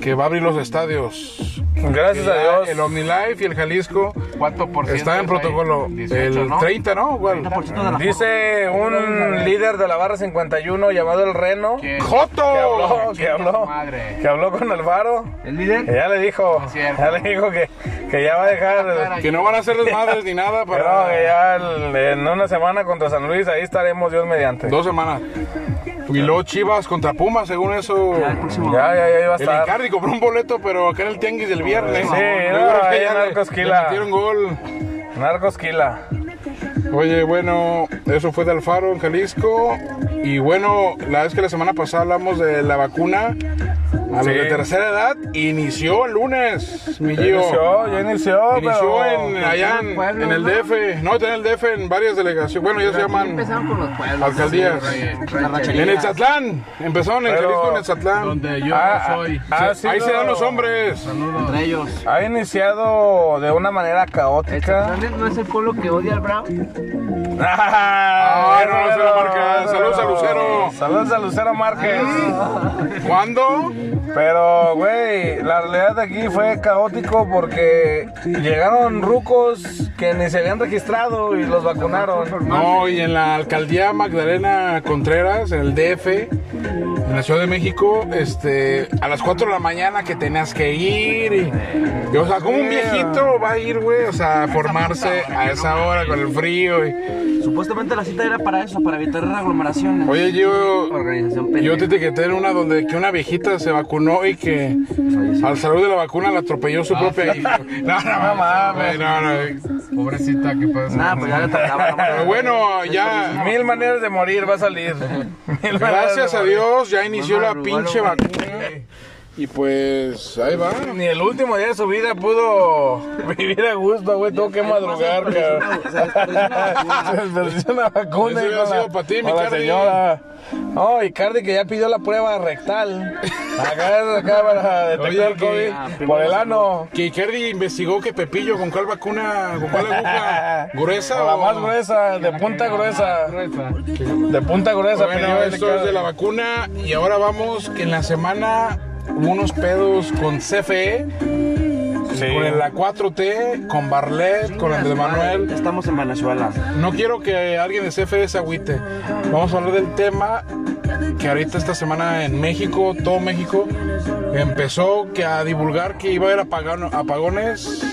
[SPEAKER 4] que va a abrir los estadios.
[SPEAKER 3] Gracias
[SPEAKER 4] Que ya
[SPEAKER 3] a
[SPEAKER 4] El
[SPEAKER 3] Dios.
[SPEAKER 4] OmniLife y el Jalisco
[SPEAKER 2] ¿Cuánto por ciento?
[SPEAKER 4] está en
[SPEAKER 2] es ahí?
[SPEAKER 4] protocolo.
[SPEAKER 2] 18,
[SPEAKER 4] el
[SPEAKER 2] ¿no?
[SPEAKER 4] 30, ¿no? Igual.
[SPEAKER 3] Dice un líder de la barra 51 llamado El Reno. Que
[SPEAKER 2] Que-
[SPEAKER 4] ¡Joto!
[SPEAKER 3] habló, que habló,
[SPEAKER 2] Madre.
[SPEAKER 3] que habló con Alvaro.
[SPEAKER 11] ¿El líder?
[SPEAKER 3] Que ya le dijo,
[SPEAKER 2] cierto.
[SPEAKER 3] ya le dijo que, que ya va a dejar.
[SPEAKER 4] Que no van a ser desmadres ni nada
[SPEAKER 3] Pero que
[SPEAKER 4] para
[SPEAKER 3] ya el- en una semana contra San Luis, ahí estaremos, Dios mediante.
[SPEAKER 4] dos semanas. Y luego Chivas contra Pumas, según eso.
[SPEAKER 3] Ya, ya, ya iba a
[SPEAKER 4] El
[SPEAKER 3] estar.
[SPEAKER 4] Icardi compró un boleto, pero acá en el Tianguis del viernes.
[SPEAKER 3] Sí, no,
[SPEAKER 4] creo que
[SPEAKER 3] ahí
[SPEAKER 4] ya
[SPEAKER 3] en
[SPEAKER 4] le-
[SPEAKER 3] Arcos
[SPEAKER 4] le
[SPEAKER 3] Quila.
[SPEAKER 4] metieron gol.
[SPEAKER 3] Narcos Quila.
[SPEAKER 4] Oye, bueno, eso fue de Alfaro en Jalisco. Y bueno, la vez que la semana pasada hablamos de la vacuna a
[SPEAKER 3] Sí.
[SPEAKER 4] los de tercera edad, inició el lunes, mi
[SPEAKER 3] Ya
[SPEAKER 4] Gio.
[SPEAKER 3] inició, ya inició,
[SPEAKER 4] Inició
[SPEAKER 3] pero-
[SPEAKER 4] en, eh, allá
[SPEAKER 11] en
[SPEAKER 4] en,
[SPEAKER 11] pueblos,
[SPEAKER 4] en el
[SPEAKER 11] ¿no?
[SPEAKER 4] DF, no, está en el DF en varias delegaciones. Bueno, ya se llaman
[SPEAKER 11] Empezaron con los pueblos.
[SPEAKER 4] alcaldías. En el Zatlán, empezaron en
[SPEAKER 3] Pero-
[SPEAKER 4] Jalisco, en el Zatlán.
[SPEAKER 2] Donde yo
[SPEAKER 3] Ah,
[SPEAKER 2] no soy.
[SPEAKER 3] ah, ha sido-
[SPEAKER 4] Ahí se dan los hombres.
[SPEAKER 11] Entre ellos.
[SPEAKER 3] Ha iniciado de una manera
[SPEAKER 11] ¿El
[SPEAKER 3] caótica.
[SPEAKER 11] Zatlán no es el pueblo que odia al Brown?
[SPEAKER 4] Ah,
[SPEAKER 3] Ah,
[SPEAKER 4] no, no se lo marca. Saludos a Lucero.
[SPEAKER 3] Saludos a Lucero Márquez.
[SPEAKER 4] ¿Cuándo?
[SPEAKER 3] Pero, güey, la realidad de aquí fue caótico porque llegaron rucos que ni se habían registrado y los vacunaron.
[SPEAKER 4] No, y en la alcaldía Magdalena Contreras, en el DF, en la Ciudad de México, este, a las 4 de la mañana que tenías que ir. y- y, o sea, como un viejito va a ir, güey, o sea, a formarse a esa hora con el frío. y-
[SPEAKER 10] Supuestamente la cita era para eso, para evitar aglomeraciones.
[SPEAKER 4] Oye, yo,
[SPEAKER 10] Organización
[SPEAKER 4] yo te
[SPEAKER 10] pendeja.
[SPEAKER 4] etiqueté en una donde que una viejita se vacunó y que al salir de la vacuna la atropelló
[SPEAKER 10] Ah,
[SPEAKER 4] su propia hija. No, no, no mames. No, no.
[SPEAKER 2] Pobrecita, ¿qué pasa?
[SPEAKER 10] Nada, pues ya le tocaba.
[SPEAKER 4] Pero
[SPEAKER 10] ¿no?
[SPEAKER 4] bueno, ya.
[SPEAKER 3] Mil maneras de morir va a salir. Mil maneras
[SPEAKER 4] Gracias
[SPEAKER 3] de
[SPEAKER 4] a
[SPEAKER 3] morir.
[SPEAKER 4] Dios ya inició la
[SPEAKER 10] Bueno,
[SPEAKER 4] pinche
[SPEAKER 10] bueno,
[SPEAKER 4] vacuna. Y pues ahí va.
[SPEAKER 3] Ni el último día de su vida pudo vivir a gusto, güey. Tuvo que madrugar, cabrón.
[SPEAKER 10] Se desperdició una vacuna.
[SPEAKER 3] Se desperdició una vacuna.
[SPEAKER 4] Eso hubiera
[SPEAKER 3] hijo de la-
[SPEAKER 4] sido pa' ti, mi
[SPEAKER 3] o la
[SPEAKER 4] Cardi.
[SPEAKER 3] señora. No, y Cardi que ya pidió la prueba rectal. Acá, acá para detectar
[SPEAKER 4] Oye,
[SPEAKER 3] el
[SPEAKER 4] que-
[SPEAKER 3] COVID. Por el ano.
[SPEAKER 4] Que Icardi investigó que Pepillo con cuál vacuna, con cuál aguja gruesa
[SPEAKER 3] O la
[SPEAKER 4] o
[SPEAKER 3] más gruesa, de punta gruesa. De punta gruesa,
[SPEAKER 4] Bueno,
[SPEAKER 3] el
[SPEAKER 4] esto es de la
[SPEAKER 3] Cardi.
[SPEAKER 4] vacuna y ahora vamos que en la semana hubo unos pedos con CFE,
[SPEAKER 3] Sí.
[SPEAKER 4] con la 4T, con Barlet, con Andrés Manuel.
[SPEAKER 10] Estamos en Venezuela.
[SPEAKER 4] No quiero que alguien de CFE se agüite. Vamos a hablar del tema que ahorita esta semana en México, todo México, empezó que a divulgar que iba a haber apagano- apagones.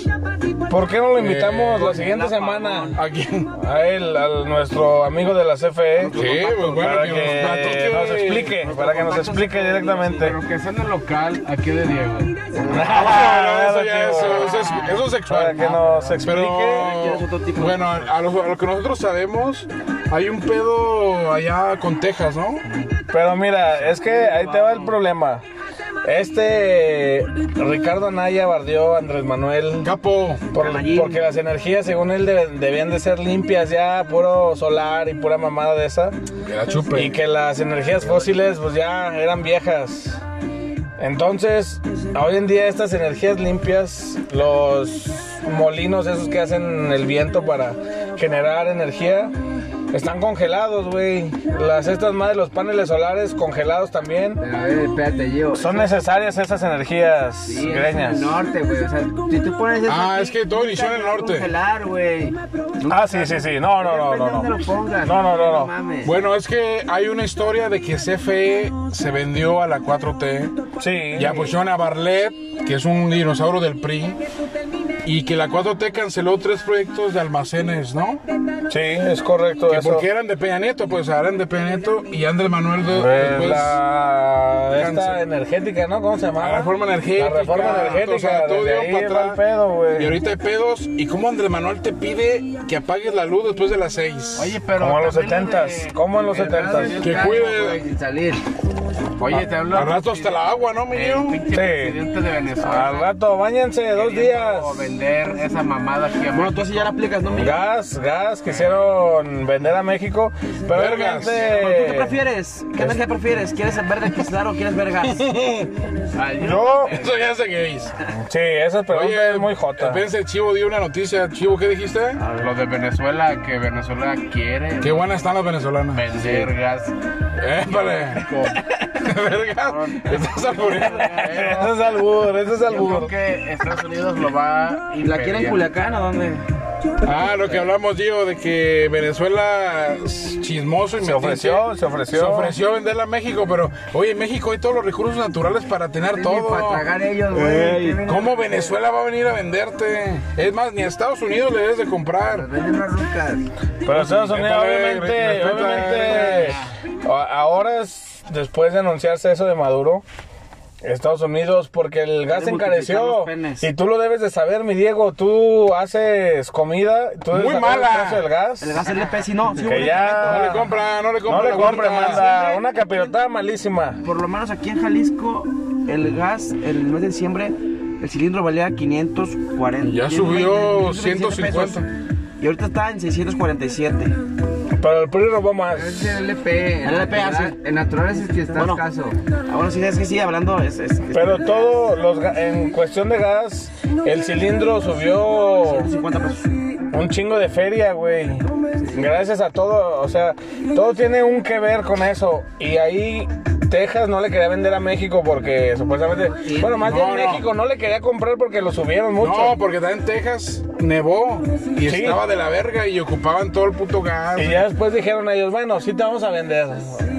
[SPEAKER 3] ¿Por qué no lo invitamos
[SPEAKER 4] Eh,
[SPEAKER 3] la siguiente semana?
[SPEAKER 4] ¿A quién?
[SPEAKER 3] A él, al nuestro amigo de la CFE.
[SPEAKER 4] Sí, pues bueno,
[SPEAKER 3] Para
[SPEAKER 4] que nos
[SPEAKER 3] que
[SPEAKER 4] platique.
[SPEAKER 3] nos explique, para que nos explique directamente.
[SPEAKER 2] Pero que sea en el local, aquí de Diego.
[SPEAKER 4] Ah, eso ya es- eso es- eso es
[SPEAKER 3] Para
[SPEAKER 4] sexual.
[SPEAKER 3] que nos explique.
[SPEAKER 4] Pero bueno, a lo, a lo que nosotros sabemos, hay un pedo allá con Texas, ¿no?
[SPEAKER 3] Pero mira, es que ahí te va el problema. Este Ricardo Anaya bardeó a Andrés Manuel
[SPEAKER 4] Capo,
[SPEAKER 3] por- porque las energías, según él, deben- debían de ser limpias ya, puro solar y pura mamada de esa.
[SPEAKER 4] que la chupe.
[SPEAKER 3] Y que las energías fósiles pues ya eran viejas. Entonces, hoy en día estas energías limpias, los molinos esos que hacen el viento para generar energía, están congelados, güey. Las estas madres, los paneles solares congelados también.
[SPEAKER 11] Pero a ver, espérate, yo.
[SPEAKER 3] Son necesarias esas energías
[SPEAKER 11] Sí, es en
[SPEAKER 3] greñas.
[SPEAKER 11] el norte, güey. O sea, si tú pones eso.
[SPEAKER 4] Ah,
[SPEAKER 11] aquí,
[SPEAKER 4] es que todo
[SPEAKER 11] nunca
[SPEAKER 4] inició en el
[SPEAKER 11] te va a
[SPEAKER 4] norte.
[SPEAKER 11] Congelar, güey.
[SPEAKER 3] Ah, sí, sí, sí. No, no, no,
[SPEAKER 11] Depende de
[SPEAKER 3] no.
[SPEAKER 11] dónde
[SPEAKER 3] no.
[SPEAKER 11] lo pongas.
[SPEAKER 3] No, no, no, no.
[SPEAKER 11] mames.
[SPEAKER 4] Bueno, es que hay una historia de que CFE se vendió a la 4T
[SPEAKER 3] Sí.
[SPEAKER 4] y apoyó a Barlet, que es un dinosaurio del PRI, y que la 4T canceló tres proyectos de almacenes, ¿no?
[SPEAKER 3] Sí, es correcto
[SPEAKER 4] Que
[SPEAKER 3] eso.
[SPEAKER 4] porque eran de Peña Nieto, pues eran de Peña Nieto y Andrés Manuel de,
[SPEAKER 3] Pues,
[SPEAKER 4] después
[SPEAKER 3] la esta
[SPEAKER 4] Cáncer.
[SPEAKER 3] energética, ¿no? ¿Cómo se llama?
[SPEAKER 4] La reforma energética.
[SPEAKER 3] La reforma energética.
[SPEAKER 4] O sea, todo
[SPEAKER 3] desde
[SPEAKER 4] dio
[SPEAKER 3] ahí
[SPEAKER 4] para
[SPEAKER 3] va el
[SPEAKER 4] atrás.
[SPEAKER 3] pedo, güey.
[SPEAKER 4] Y ahorita hay pedos. ¿Y cómo Andrés Manuel te pide que apagues la luz después de las 6?
[SPEAKER 2] Oye, pero.
[SPEAKER 3] Como en los
[SPEAKER 2] también lo
[SPEAKER 3] 70s, como en los
[SPEAKER 2] el radio
[SPEAKER 3] 70s.
[SPEAKER 2] es
[SPEAKER 4] Que
[SPEAKER 2] caro,
[SPEAKER 4] cuide-
[SPEAKER 2] güey.
[SPEAKER 11] Sin salir.
[SPEAKER 2] Oye, te hablo.
[SPEAKER 4] Al rato hasta la agua, ¿no, mi
[SPEAKER 2] El
[SPEAKER 4] niño?
[SPEAKER 2] pinche presidente de Venezuela.
[SPEAKER 3] Al rato, bañense dos días.
[SPEAKER 2] O vender esa mamada aquí a
[SPEAKER 10] Bueno, tú así ya la aplicas, ¿no, Miguel?
[SPEAKER 3] Gas, gas, quisieron vender a México. Pero
[SPEAKER 10] Bueno,
[SPEAKER 4] Vergas.
[SPEAKER 10] ¿Tú qué
[SPEAKER 3] obviamente,
[SPEAKER 10] prefieres? ¿Qué energía prefieres? ¿Quieres el verde claro o quieres ver gas?
[SPEAKER 3] yo,
[SPEAKER 4] Eso ya es de gays.
[SPEAKER 3] sí, esa pregunta es muy jota.
[SPEAKER 4] Pensé, Chivo dio una noticia. Chivo, ¿qué dijiste?
[SPEAKER 2] Lo de Venezuela, que Venezuela quiere
[SPEAKER 4] Qué buenas están las venezolanas.
[SPEAKER 2] vender gas.
[SPEAKER 4] Épale. Vergas. Estás albureando.
[SPEAKER 3] Eso es albur, eso es
[SPEAKER 2] Yo creo
[SPEAKER 3] albur.
[SPEAKER 2] que Estados Unidos lo va a
[SPEAKER 10] ¿La quieren
[SPEAKER 2] impedir.
[SPEAKER 10] en Culiacán o dónde?
[SPEAKER 4] Ah, lo que hablamos, Gio, de que Venezuela es chismoso y
[SPEAKER 3] Se ofreció, se ofreció.
[SPEAKER 4] Se ofreció venderla a México, pero oye, en México hay todos los recursos naturales para tener todo.
[SPEAKER 11] Para tragar ellos, güey. Tienen-
[SPEAKER 4] ¿Cómo Venezuela va a venir a venderte? Es más, ni a Estados Unidos le debes de comprar.
[SPEAKER 11] Venden unas rucas.
[SPEAKER 3] Pero Estados Unidos,
[SPEAKER 4] Respeta,
[SPEAKER 3] obviamente,
[SPEAKER 4] respeta.
[SPEAKER 3] obviamente, a- ahora es- después de anunciarse eso de Maduro, Estados Unidos, porque el gas se encareció.
[SPEAKER 10] multiplicar los penes.
[SPEAKER 3] Y tú lo debes de saber, mi Diego. Tú haces comida, tú debes
[SPEAKER 4] Muy
[SPEAKER 3] saber el
[SPEAKER 4] mala.
[SPEAKER 3] precio del gas.
[SPEAKER 10] ¿El gas LP? Si no, sí,
[SPEAKER 3] Que
[SPEAKER 10] güey.
[SPEAKER 3] ya.
[SPEAKER 4] No le compra, no le compra.
[SPEAKER 3] No le
[SPEAKER 4] la
[SPEAKER 3] compre,
[SPEAKER 4] gorda.
[SPEAKER 3] manda. Una capirotada malísima.
[SPEAKER 10] Por lo menos aquí en Jalisco, el gas en el mes de diciembre, el cilindro valía 540.
[SPEAKER 4] Ya subió
[SPEAKER 10] 527 pesos.
[SPEAKER 4] 150.
[SPEAKER 10] Y ahorita está en 647.
[SPEAKER 3] Pero el PRI robó más.
[SPEAKER 11] Es el LP.
[SPEAKER 10] El LP hace.
[SPEAKER 11] natural- En natural es el que está
[SPEAKER 10] ah, Bueno.
[SPEAKER 11] escaso.
[SPEAKER 10] Ahora sí, es que sí, hablando, es, es, es
[SPEAKER 3] Pero todo, los, ga- en cuestión de gas, el cilindro subió
[SPEAKER 10] 50 pesos.
[SPEAKER 3] un chingo de feria, güey. Gracias a todo, o sea, todo tiene un que ver con eso. Y ahí Texas no le quería vender a México porque supuestamente, bueno, más bien
[SPEAKER 4] No, no.
[SPEAKER 3] México no le quería comprar porque lo subieron mucho.
[SPEAKER 4] No, porque también en Texas nevó y
[SPEAKER 3] Sí.
[SPEAKER 4] estaba de la verga y ocupaban todo el puto gas.
[SPEAKER 3] Y ya después dijeron ellos, bueno, sí te vamos a vender.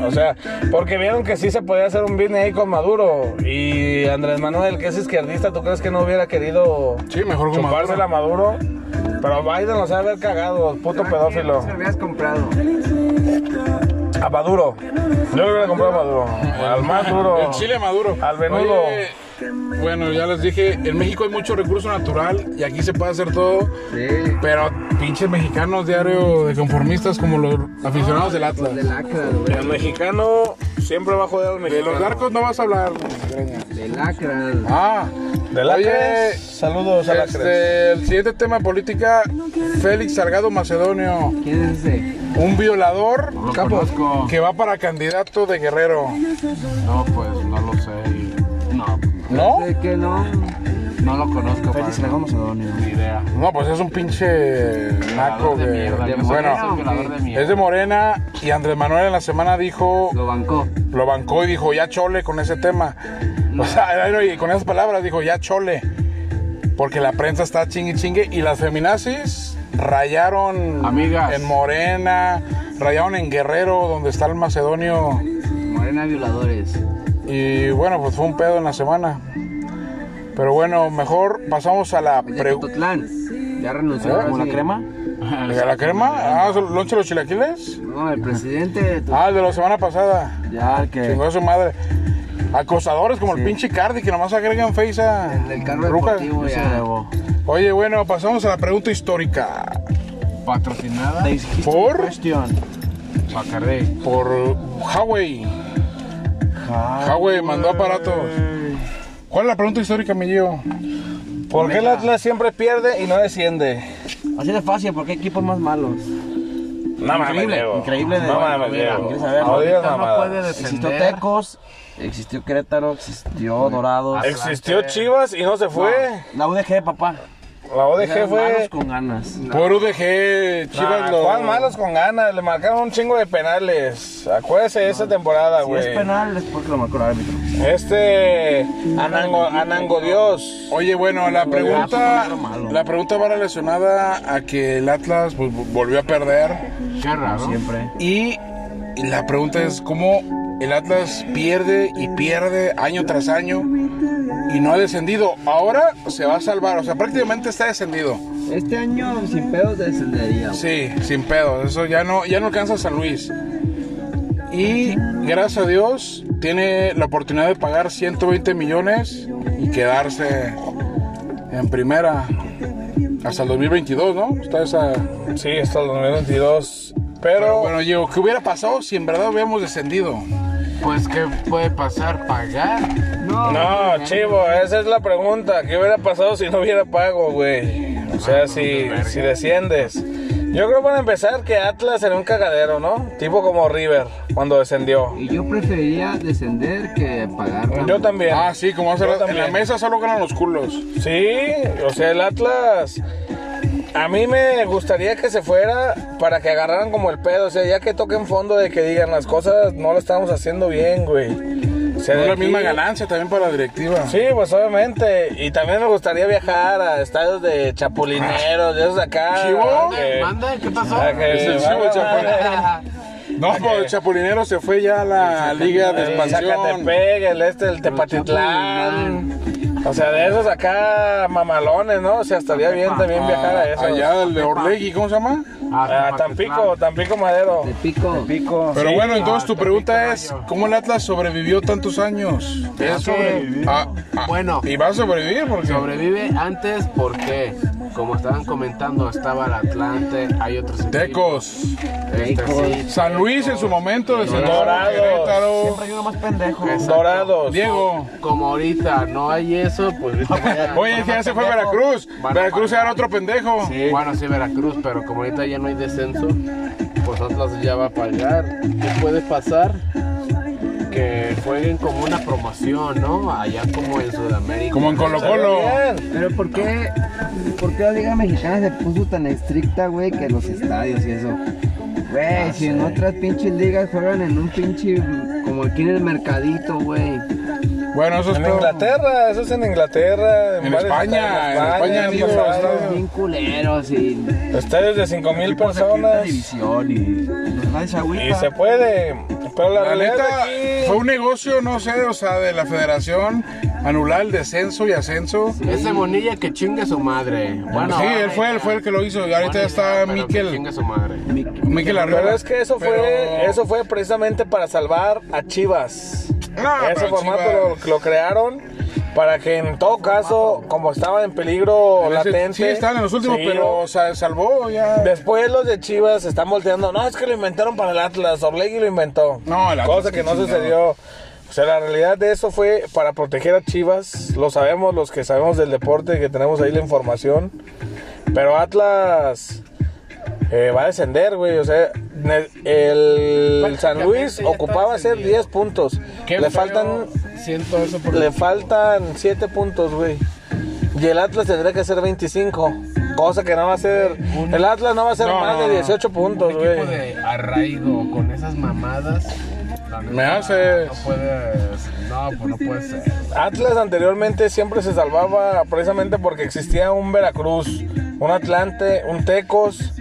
[SPEAKER 3] O sea, porque vieron que sí se podía hacer un business ahí con Maduro. Y Andrés Manuel, que es izquierdista, ¿tú crees que no hubiera querido
[SPEAKER 4] Sí, mejor con
[SPEAKER 3] chupársela a
[SPEAKER 4] Maduro.
[SPEAKER 3] Maduro? Pero Biden los ha de haber cagado, puto pedófilo.
[SPEAKER 11] Se lo habías Ah, comprado.
[SPEAKER 3] A Maduro. Yo creo que le compré a Maduro. Al más duro.
[SPEAKER 4] El chile maduro.
[SPEAKER 3] Al venudo.
[SPEAKER 4] Oye, bueno, ya les dije, en México hay mucho recurso natural y aquí se puede hacer todo. Pero pinches mexicanos diario de conformistas como los aficionados del Atlas.
[SPEAKER 11] De lacras, güey.
[SPEAKER 3] El mexicano siempre va a joder al
[SPEAKER 4] De los
[SPEAKER 3] mexicano.
[SPEAKER 4] narcos no vas a hablar.
[SPEAKER 11] De lacras.
[SPEAKER 4] Ah,
[SPEAKER 3] De la Cres. Saludos a la Cres.
[SPEAKER 4] este, el siguiente tema política, Félix Salgado Macedonio,
[SPEAKER 11] ¿Quién es ese?
[SPEAKER 4] un violador capo,
[SPEAKER 2] conozco.
[SPEAKER 4] que va para candidato de Guerrero.
[SPEAKER 2] No, pues no lo sé. No,
[SPEAKER 3] Oh.
[SPEAKER 4] ¿No?
[SPEAKER 11] Sé que no.
[SPEAKER 2] no lo conozco. padre. Ni idea.
[SPEAKER 4] No, pues es un pinche naco
[SPEAKER 2] Violador de
[SPEAKER 4] que-
[SPEAKER 2] mierda. Yo sé que es un
[SPEAKER 4] bueno,
[SPEAKER 2] violador de
[SPEAKER 4] es
[SPEAKER 2] mierda.
[SPEAKER 4] de Morena y Andrés Manuel en la semana dijo,
[SPEAKER 11] Lo bancó.
[SPEAKER 4] lo bancó y dijo, ya chole con ese tema. O sea, y con esas palabras dijo, ya chole. Porque la prensa está chingue chingue y las feminazis rayaron
[SPEAKER 2] Amigas.
[SPEAKER 4] en Morena, rayaron en Guerrero, donde está el macedonio.
[SPEAKER 11] Morena Violadores.
[SPEAKER 4] Y bueno, pues fue un pedo en la semana. Pero bueno, mejor pasamos a la
[SPEAKER 11] De
[SPEAKER 4] pre-
[SPEAKER 11] Totlán. Ya renunció. ahora
[SPEAKER 10] ¿Como la
[SPEAKER 11] sí.
[SPEAKER 10] crema?
[SPEAKER 4] ¿A la crema? Ah, ¿lonche de los chilaquiles?
[SPEAKER 11] No, el presidente de Totlán.
[SPEAKER 4] Ah, el de la semana pasada.
[SPEAKER 10] Ya, el que.
[SPEAKER 4] Chingó a Pues, su madre. Acosadores como el pinche Cardi que nomás agregan face a.
[SPEAKER 11] En el carro
[SPEAKER 4] rucas.
[SPEAKER 11] deportivo
[SPEAKER 10] Se
[SPEAKER 11] ya.
[SPEAKER 10] grabó.
[SPEAKER 4] Oye, bueno, pasamos a la pregunta histórica.
[SPEAKER 2] Patrocinada
[SPEAKER 10] They hit
[SPEAKER 4] ¿Por?
[SPEAKER 10] question.
[SPEAKER 2] Bacarrey.
[SPEAKER 4] Por Huawei. Huawei mandó aparatos. ¿Cuál es la pregunta histórica, mi Gio?
[SPEAKER 3] ¿Por qué el Atlas siempre pierde y no desciende?
[SPEAKER 10] Así de fácil, porque hay equipos más malos.
[SPEAKER 3] No mames,
[SPEAKER 10] Increíble,
[SPEAKER 3] Diego.
[SPEAKER 10] increíble de-
[SPEAKER 3] No mames,
[SPEAKER 10] mira,
[SPEAKER 3] Diego.
[SPEAKER 10] ¿quieres saber?
[SPEAKER 3] No digas
[SPEAKER 2] No
[SPEAKER 3] mamadas.
[SPEAKER 2] puede
[SPEAKER 10] Existió
[SPEAKER 2] defender.
[SPEAKER 10] Tecos, existió Querétaro, existió Dorados.
[SPEAKER 11] Ah,
[SPEAKER 3] Existió Chivas y no se fue.
[SPEAKER 10] La UDG, papá.
[SPEAKER 3] La ODG
[SPEAKER 10] Eran malos
[SPEAKER 3] fue.
[SPEAKER 10] con ganas.
[SPEAKER 4] Por UDG, Chivas
[SPEAKER 3] Nah,
[SPEAKER 4] lo-
[SPEAKER 3] Juan malos con ganas, le marcaron un chingo de penales. Acuérdese de esa temporada,
[SPEAKER 10] Si
[SPEAKER 3] güey.
[SPEAKER 10] es penal, es porque lo marcó el árbitro.
[SPEAKER 3] Este Anango, Anango Dios.
[SPEAKER 4] Oye, bueno, la pregunta,
[SPEAKER 10] Ah, pues, malo, malo.
[SPEAKER 4] la pregunta va relacionada a que el Atlas pues, volvió a perder.
[SPEAKER 2] Qué raro.
[SPEAKER 10] Siempre.
[SPEAKER 4] Y la pregunta es cómo el Atlas pierde y pierde año tras año y no ha descendido. Ahora se va a salvar, o sea, prácticamente está descendido.
[SPEAKER 11] Este año sin pedos descendería.
[SPEAKER 4] Sí, sin pedo, eso ya no ya no alcanza San Luis. Y gracias a Dios tiene la oportunidad de pagar 120 millones y quedarse en primera hasta el 2022, ¿no? Está esa
[SPEAKER 3] Sí, hasta el 2022.
[SPEAKER 4] pero
[SPEAKER 3] Pero,
[SPEAKER 4] bueno, Diego, ¿qué hubiera pasado si en verdad hubiéramos descendido?
[SPEAKER 2] Pues, ¿qué puede pasar? Pagar.
[SPEAKER 3] No, chivo, esa es la pregunta. ¿Qué hubiera pasado si no hubiera pago, güey? O sea, si, si desciendes. Yo creo para empezar que Atlas era un cagadero, ¿no? Tipo como River, cuando descendió.
[SPEAKER 11] Y yo preferiría descender que pagar.
[SPEAKER 3] Yo también.
[SPEAKER 4] Ah, sí, como hace
[SPEAKER 3] Yo
[SPEAKER 4] rato, en
[SPEAKER 3] también.
[SPEAKER 4] la mesa solo ganan los culos.
[SPEAKER 3] Sí, o sea, el Atlas. A mí me gustaría que se fuera para que agarraran como el pedo. O sea, ya que toquen fondo de que digan las cosas no lo estamos haciendo bien, güey. O sea,
[SPEAKER 4] No
[SPEAKER 3] de
[SPEAKER 4] es la
[SPEAKER 3] aquí-
[SPEAKER 4] misma ganancia también para la directiva.
[SPEAKER 3] Eh, Sí, pues obviamente. Y también me gustaría viajar a estadios de chapulineros, de esos de acá.
[SPEAKER 4] Chivo.
[SPEAKER 3] que-
[SPEAKER 2] Manda, ¿qué pasó?
[SPEAKER 3] a que-
[SPEAKER 4] Es el chivo,
[SPEAKER 3] valga
[SPEAKER 4] chapul-
[SPEAKER 3] madre.
[SPEAKER 4] No,
[SPEAKER 3] eh.
[SPEAKER 4] pero el chapulinero se fue ya a la liga de
[SPEAKER 3] El
[SPEAKER 4] expansión.
[SPEAKER 3] Zacatepec, el este, el Tepatitlán. O sea, de esos acá mamalones, ¿no? O sea, estaría bien también viajar a esos.
[SPEAKER 4] Ah, Allá el de Orlegui, ¿cómo se llama?
[SPEAKER 3] Ah, Tampico, Tampico Madero.
[SPEAKER 11] De pico.
[SPEAKER 12] Pico.
[SPEAKER 4] Pero bueno, entonces tu pregunta es, ¿cómo el Atlas sobrevivió tantos años?
[SPEAKER 2] Eso,
[SPEAKER 4] Ah, ah,
[SPEAKER 2] Bueno.
[SPEAKER 4] Y va a sobrevivir porque...
[SPEAKER 2] Sobrevive antes porque, como estaban comentando, estaba el Atlante, hay otros equipos.
[SPEAKER 4] Tecos.
[SPEAKER 2] Este, sí.
[SPEAKER 4] San Luis en su momento, el
[SPEAKER 3] Dorados.
[SPEAKER 4] Querétaro,
[SPEAKER 10] Hay uno más pendejo.
[SPEAKER 3] Dorados.
[SPEAKER 4] Diego.
[SPEAKER 2] Como ahorita no hay eso, pues ahorita ya-
[SPEAKER 4] Oye, que ya se fue a Veracruz.
[SPEAKER 2] Van a
[SPEAKER 4] Veracruz
[SPEAKER 2] pagar.
[SPEAKER 4] era otro pendejo.
[SPEAKER 2] Bueno, sí, Veracruz, pero como ahorita ya no hay descenso, pues Atlas ya va a pagar. ¿Qué puede pasar? Que jueguen como una promoción, ¿no? Allá como en Sudamérica.
[SPEAKER 4] Como en Colo Colo.
[SPEAKER 11] Pero ¿por qué, ¿por qué la Liga Mexicana se puso tan estricta, güey, que los estadios y eso? Güey, si en otras pinches ligas juegan en un pinche, como aquí en el mercadito, güey.
[SPEAKER 4] Bueno, eso es
[SPEAKER 3] En
[SPEAKER 4] todo.
[SPEAKER 3] Inglaterra, eso es en Inglaterra.
[SPEAKER 4] En
[SPEAKER 3] varios
[SPEAKER 4] España, en
[SPEAKER 3] estados,
[SPEAKER 4] España, digo,
[SPEAKER 3] pasados.
[SPEAKER 4] Estados
[SPEAKER 11] Bien culeros y...
[SPEAKER 3] Estadios de 5000 personas.
[SPEAKER 9] división y los nadie se agüita.
[SPEAKER 3] Y se puede. Pero la,
[SPEAKER 4] La
[SPEAKER 3] realidad
[SPEAKER 4] neta,
[SPEAKER 3] de aquí-
[SPEAKER 4] fue un negocio, no sé, o sea, de la federación, anular el descenso y ascenso.
[SPEAKER 2] Ese monilla que chingue su madre.
[SPEAKER 3] Ah,
[SPEAKER 2] Bueno,
[SPEAKER 4] sí, él fue, él fue el que lo hizo. Y ahorita ya está
[SPEAKER 2] Mikel Que
[SPEAKER 4] Miquel,
[SPEAKER 2] chingue su madre.
[SPEAKER 4] Miquel Arriola.
[SPEAKER 3] Pero es que eso
[SPEAKER 4] Pero-
[SPEAKER 3] fue eso fue precisamente para salvar a Chivas.
[SPEAKER 4] No,
[SPEAKER 3] Ese
[SPEAKER 4] Ah, pero
[SPEAKER 3] formato
[SPEAKER 4] Chivas-
[SPEAKER 3] Lo, lo crearon para que en todo caso, como estaba en peligro
[SPEAKER 4] en ese-
[SPEAKER 3] latente.
[SPEAKER 4] Sí, están en los últimos,
[SPEAKER 3] sí,
[SPEAKER 4] pero se salvó ya.
[SPEAKER 3] Después los de Chivas se están volteando. No, es que lo inventaron para el Atlas. Orlegui lo inventó.
[SPEAKER 4] No, el Atlas
[SPEAKER 3] Cosa que
[SPEAKER 4] qué
[SPEAKER 3] no
[SPEAKER 4] chingado.
[SPEAKER 3] sucedió. O sea, la realidad de eso fue para proteger a Chivas. Lo sabemos los que sabemos del deporte, que tenemos ahí la información. Pero Atlas eh, va a descender, güey. O sea, ne- el San Luis
[SPEAKER 2] Prácticamente ya
[SPEAKER 3] ocupaba
[SPEAKER 2] está
[SPEAKER 3] hacer
[SPEAKER 2] descendido.
[SPEAKER 3] 10 puntos.
[SPEAKER 4] Qué
[SPEAKER 3] Le
[SPEAKER 4] feo.
[SPEAKER 3] faltan,
[SPEAKER 2] Siento eso por
[SPEAKER 3] le faltan 7 puntos, güey. Y el Atlas tendrá que hacer 25. Cosa que no va a ser. El Atlas no va a ser
[SPEAKER 4] No,
[SPEAKER 3] más
[SPEAKER 4] no,
[SPEAKER 3] de
[SPEAKER 4] no.
[SPEAKER 3] 18 puntos,
[SPEAKER 2] un equipo
[SPEAKER 3] güey.
[SPEAKER 2] de arraigo con esas mamadas. la neta,
[SPEAKER 4] Me haces.
[SPEAKER 2] No puedes. No, pues no puede ser.
[SPEAKER 3] Atlas anteriormente siempre se salvaba precisamente porque existía un Veracruz, un Atlante, un Tecos.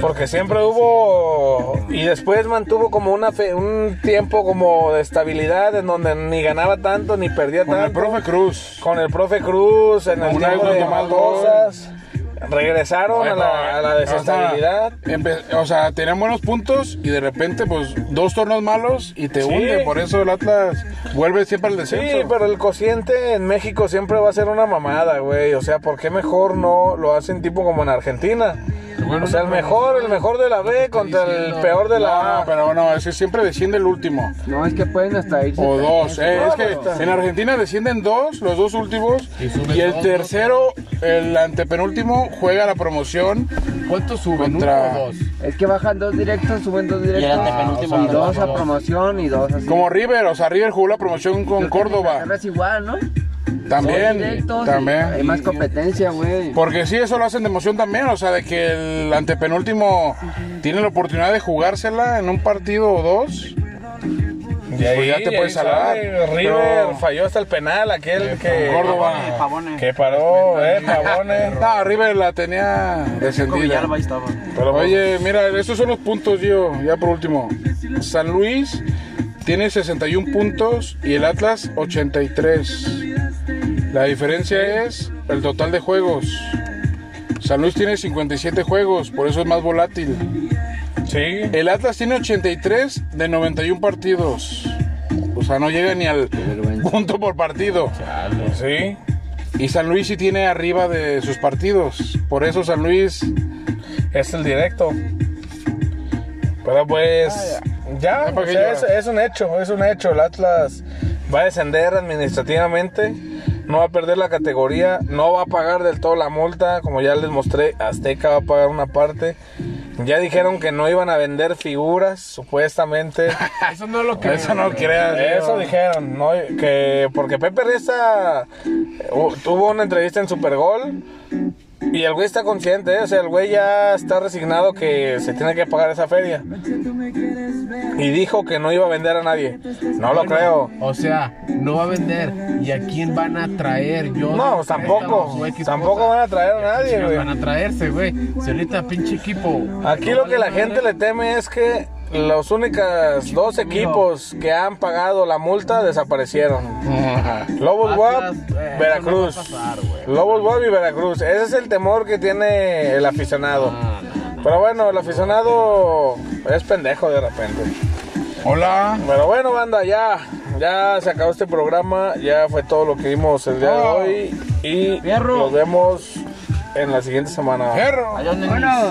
[SPEAKER 3] Porque siempre hubo. Y después mantuvo como una fe- un tiempo como de estabilidad en donde ni ganaba tanto ni perdía
[SPEAKER 4] Con el
[SPEAKER 3] tanto.
[SPEAKER 4] profe Cruz.
[SPEAKER 3] con el profe Cruz, en el
[SPEAKER 4] Una
[SPEAKER 3] tiempo
[SPEAKER 4] vez
[SPEAKER 3] de
[SPEAKER 4] nos llamó al
[SPEAKER 3] Maldosas. Regresaron a la, a la desestabilidad.
[SPEAKER 4] O sea, empe- o sea, tenían buenos puntos y de repente, pues, dos tornos malos y te
[SPEAKER 3] Sí.
[SPEAKER 4] hunde. Por eso el Atlas vuelve siempre al
[SPEAKER 3] Sí,
[SPEAKER 4] descenso.
[SPEAKER 3] pero el cociente en México siempre va a ser una mamada, güey. O sea, ¿por qué mejor no lo hacen tipo como en Argentina? o sea, el mejor, el mejor de la B contra el peor de la
[SPEAKER 4] No,
[SPEAKER 3] A.
[SPEAKER 4] pero no, es que siempre desciende el último.
[SPEAKER 11] No, es que pueden hasta irse...
[SPEAKER 4] O dos. eh, es
[SPEAKER 3] Vámonos.
[SPEAKER 4] que en Argentina descienden dos, los dos últimos.
[SPEAKER 2] Y suben
[SPEAKER 4] Y el
[SPEAKER 2] dos,
[SPEAKER 4] tercero, el antepenúltimo, juega la promoción.
[SPEAKER 2] ¿Cuántos suben?
[SPEAKER 4] Contra-
[SPEAKER 2] ¿Uno o dos?
[SPEAKER 11] Es que bajan dos directos, suben dos directos.
[SPEAKER 2] antepenúltimo
[SPEAKER 11] y dos a
[SPEAKER 2] dos.
[SPEAKER 11] promoción y dos así.
[SPEAKER 4] Como River, o sea, River jugó la promoción con Córdoba.
[SPEAKER 11] Es igual, ¿no? Dos
[SPEAKER 4] También,
[SPEAKER 11] directos y Hay
[SPEAKER 4] también. Pues,
[SPEAKER 11] más competencia, güey.
[SPEAKER 4] Porque sí, eso lo hacen de emoción también, o sea, de que el antepenúltimo tiene la oportunidad de jugársela en un partido o dos.
[SPEAKER 3] Y
[SPEAKER 4] Pues ya te puedes salvar.
[SPEAKER 3] sale. River
[SPEAKER 4] Pero-
[SPEAKER 3] falló hasta el penal, aquel que,
[SPEAKER 4] Córdoba.
[SPEAKER 10] Eh, Pavones.
[SPEAKER 3] que paró, eh, pavones.
[SPEAKER 4] No, Ah, River la tenía
[SPEAKER 10] Como
[SPEAKER 4] descendida.
[SPEAKER 10] Villalba ahí estaba.
[SPEAKER 4] Pero oye, mira, estos son los puntos, yo ya por último. San Luis tiene 61 puntos y el Atlas 83. La diferencia es el total de juegos. San Luis tiene 57 juegos, por eso es más volátil.
[SPEAKER 3] Sí.
[SPEAKER 4] El Atlas tiene 83 de 91 partidos. O sea, no llega ni al punto por partido.
[SPEAKER 3] Sí.
[SPEAKER 4] Y San Luis sí tiene arriba de sus partidos. Por eso San Luis
[SPEAKER 11] Ah,
[SPEAKER 3] Es el directo. Pero pues, ya. ya, o sea, es, es un hecho, es un hecho. El Atlas va a descender administrativamente, no va a perder la categoría, no va a pagar del todo la multa, como ya les mostré, Azteca va a pagar una parte. Ya dijeron que no iban a vender figuras, supuestamente.
[SPEAKER 11] Eso no lo creo.
[SPEAKER 3] Eso no creas. Eso dijeron, ¿no? Que porque Pepe Reza uh, tuvo una entrevista en Supergol y el güey está consciente, ¿eh? o sea, el güey ya está resignado que se tiene que pagar esa feria. Y dijo que no iba a vender a nadie. No lo creo.
[SPEAKER 11] O sea, no va a vender. ¿Y a quién van a traer? Yo
[SPEAKER 3] No, pues, tampoco.
[SPEAKER 11] préstamos o X
[SPEAKER 3] Tampoco
[SPEAKER 11] cosa.
[SPEAKER 3] van a traer a nadie,
[SPEAKER 11] Los
[SPEAKER 3] güey.
[SPEAKER 11] van a traerse, güey. Si ahorita pinche equipo.
[SPEAKER 3] Aquí
[SPEAKER 11] no
[SPEAKER 3] lo que
[SPEAKER 11] vale
[SPEAKER 3] la gente
[SPEAKER 11] madre.
[SPEAKER 3] le teme es que los únicos dos equipos que han pagado la multa desaparecieron. Lobos
[SPEAKER 11] Atlas,
[SPEAKER 3] WAP,
[SPEAKER 11] eh, eso
[SPEAKER 3] Veracruz.
[SPEAKER 11] no va a pasar, güey.
[SPEAKER 3] Lobos WAP y Veracruz. Ese es el temor que tiene el aficionado. Pero bueno, el aficionado es pendejo de repente.
[SPEAKER 13] Hola.
[SPEAKER 3] Pero bueno, banda, ya, ya se acabó este programa. Ya fue todo lo que vimos el día de hoy. Y nos vemos en la siguiente semana.
[SPEAKER 13] Perro.
[SPEAKER 2] Bueno.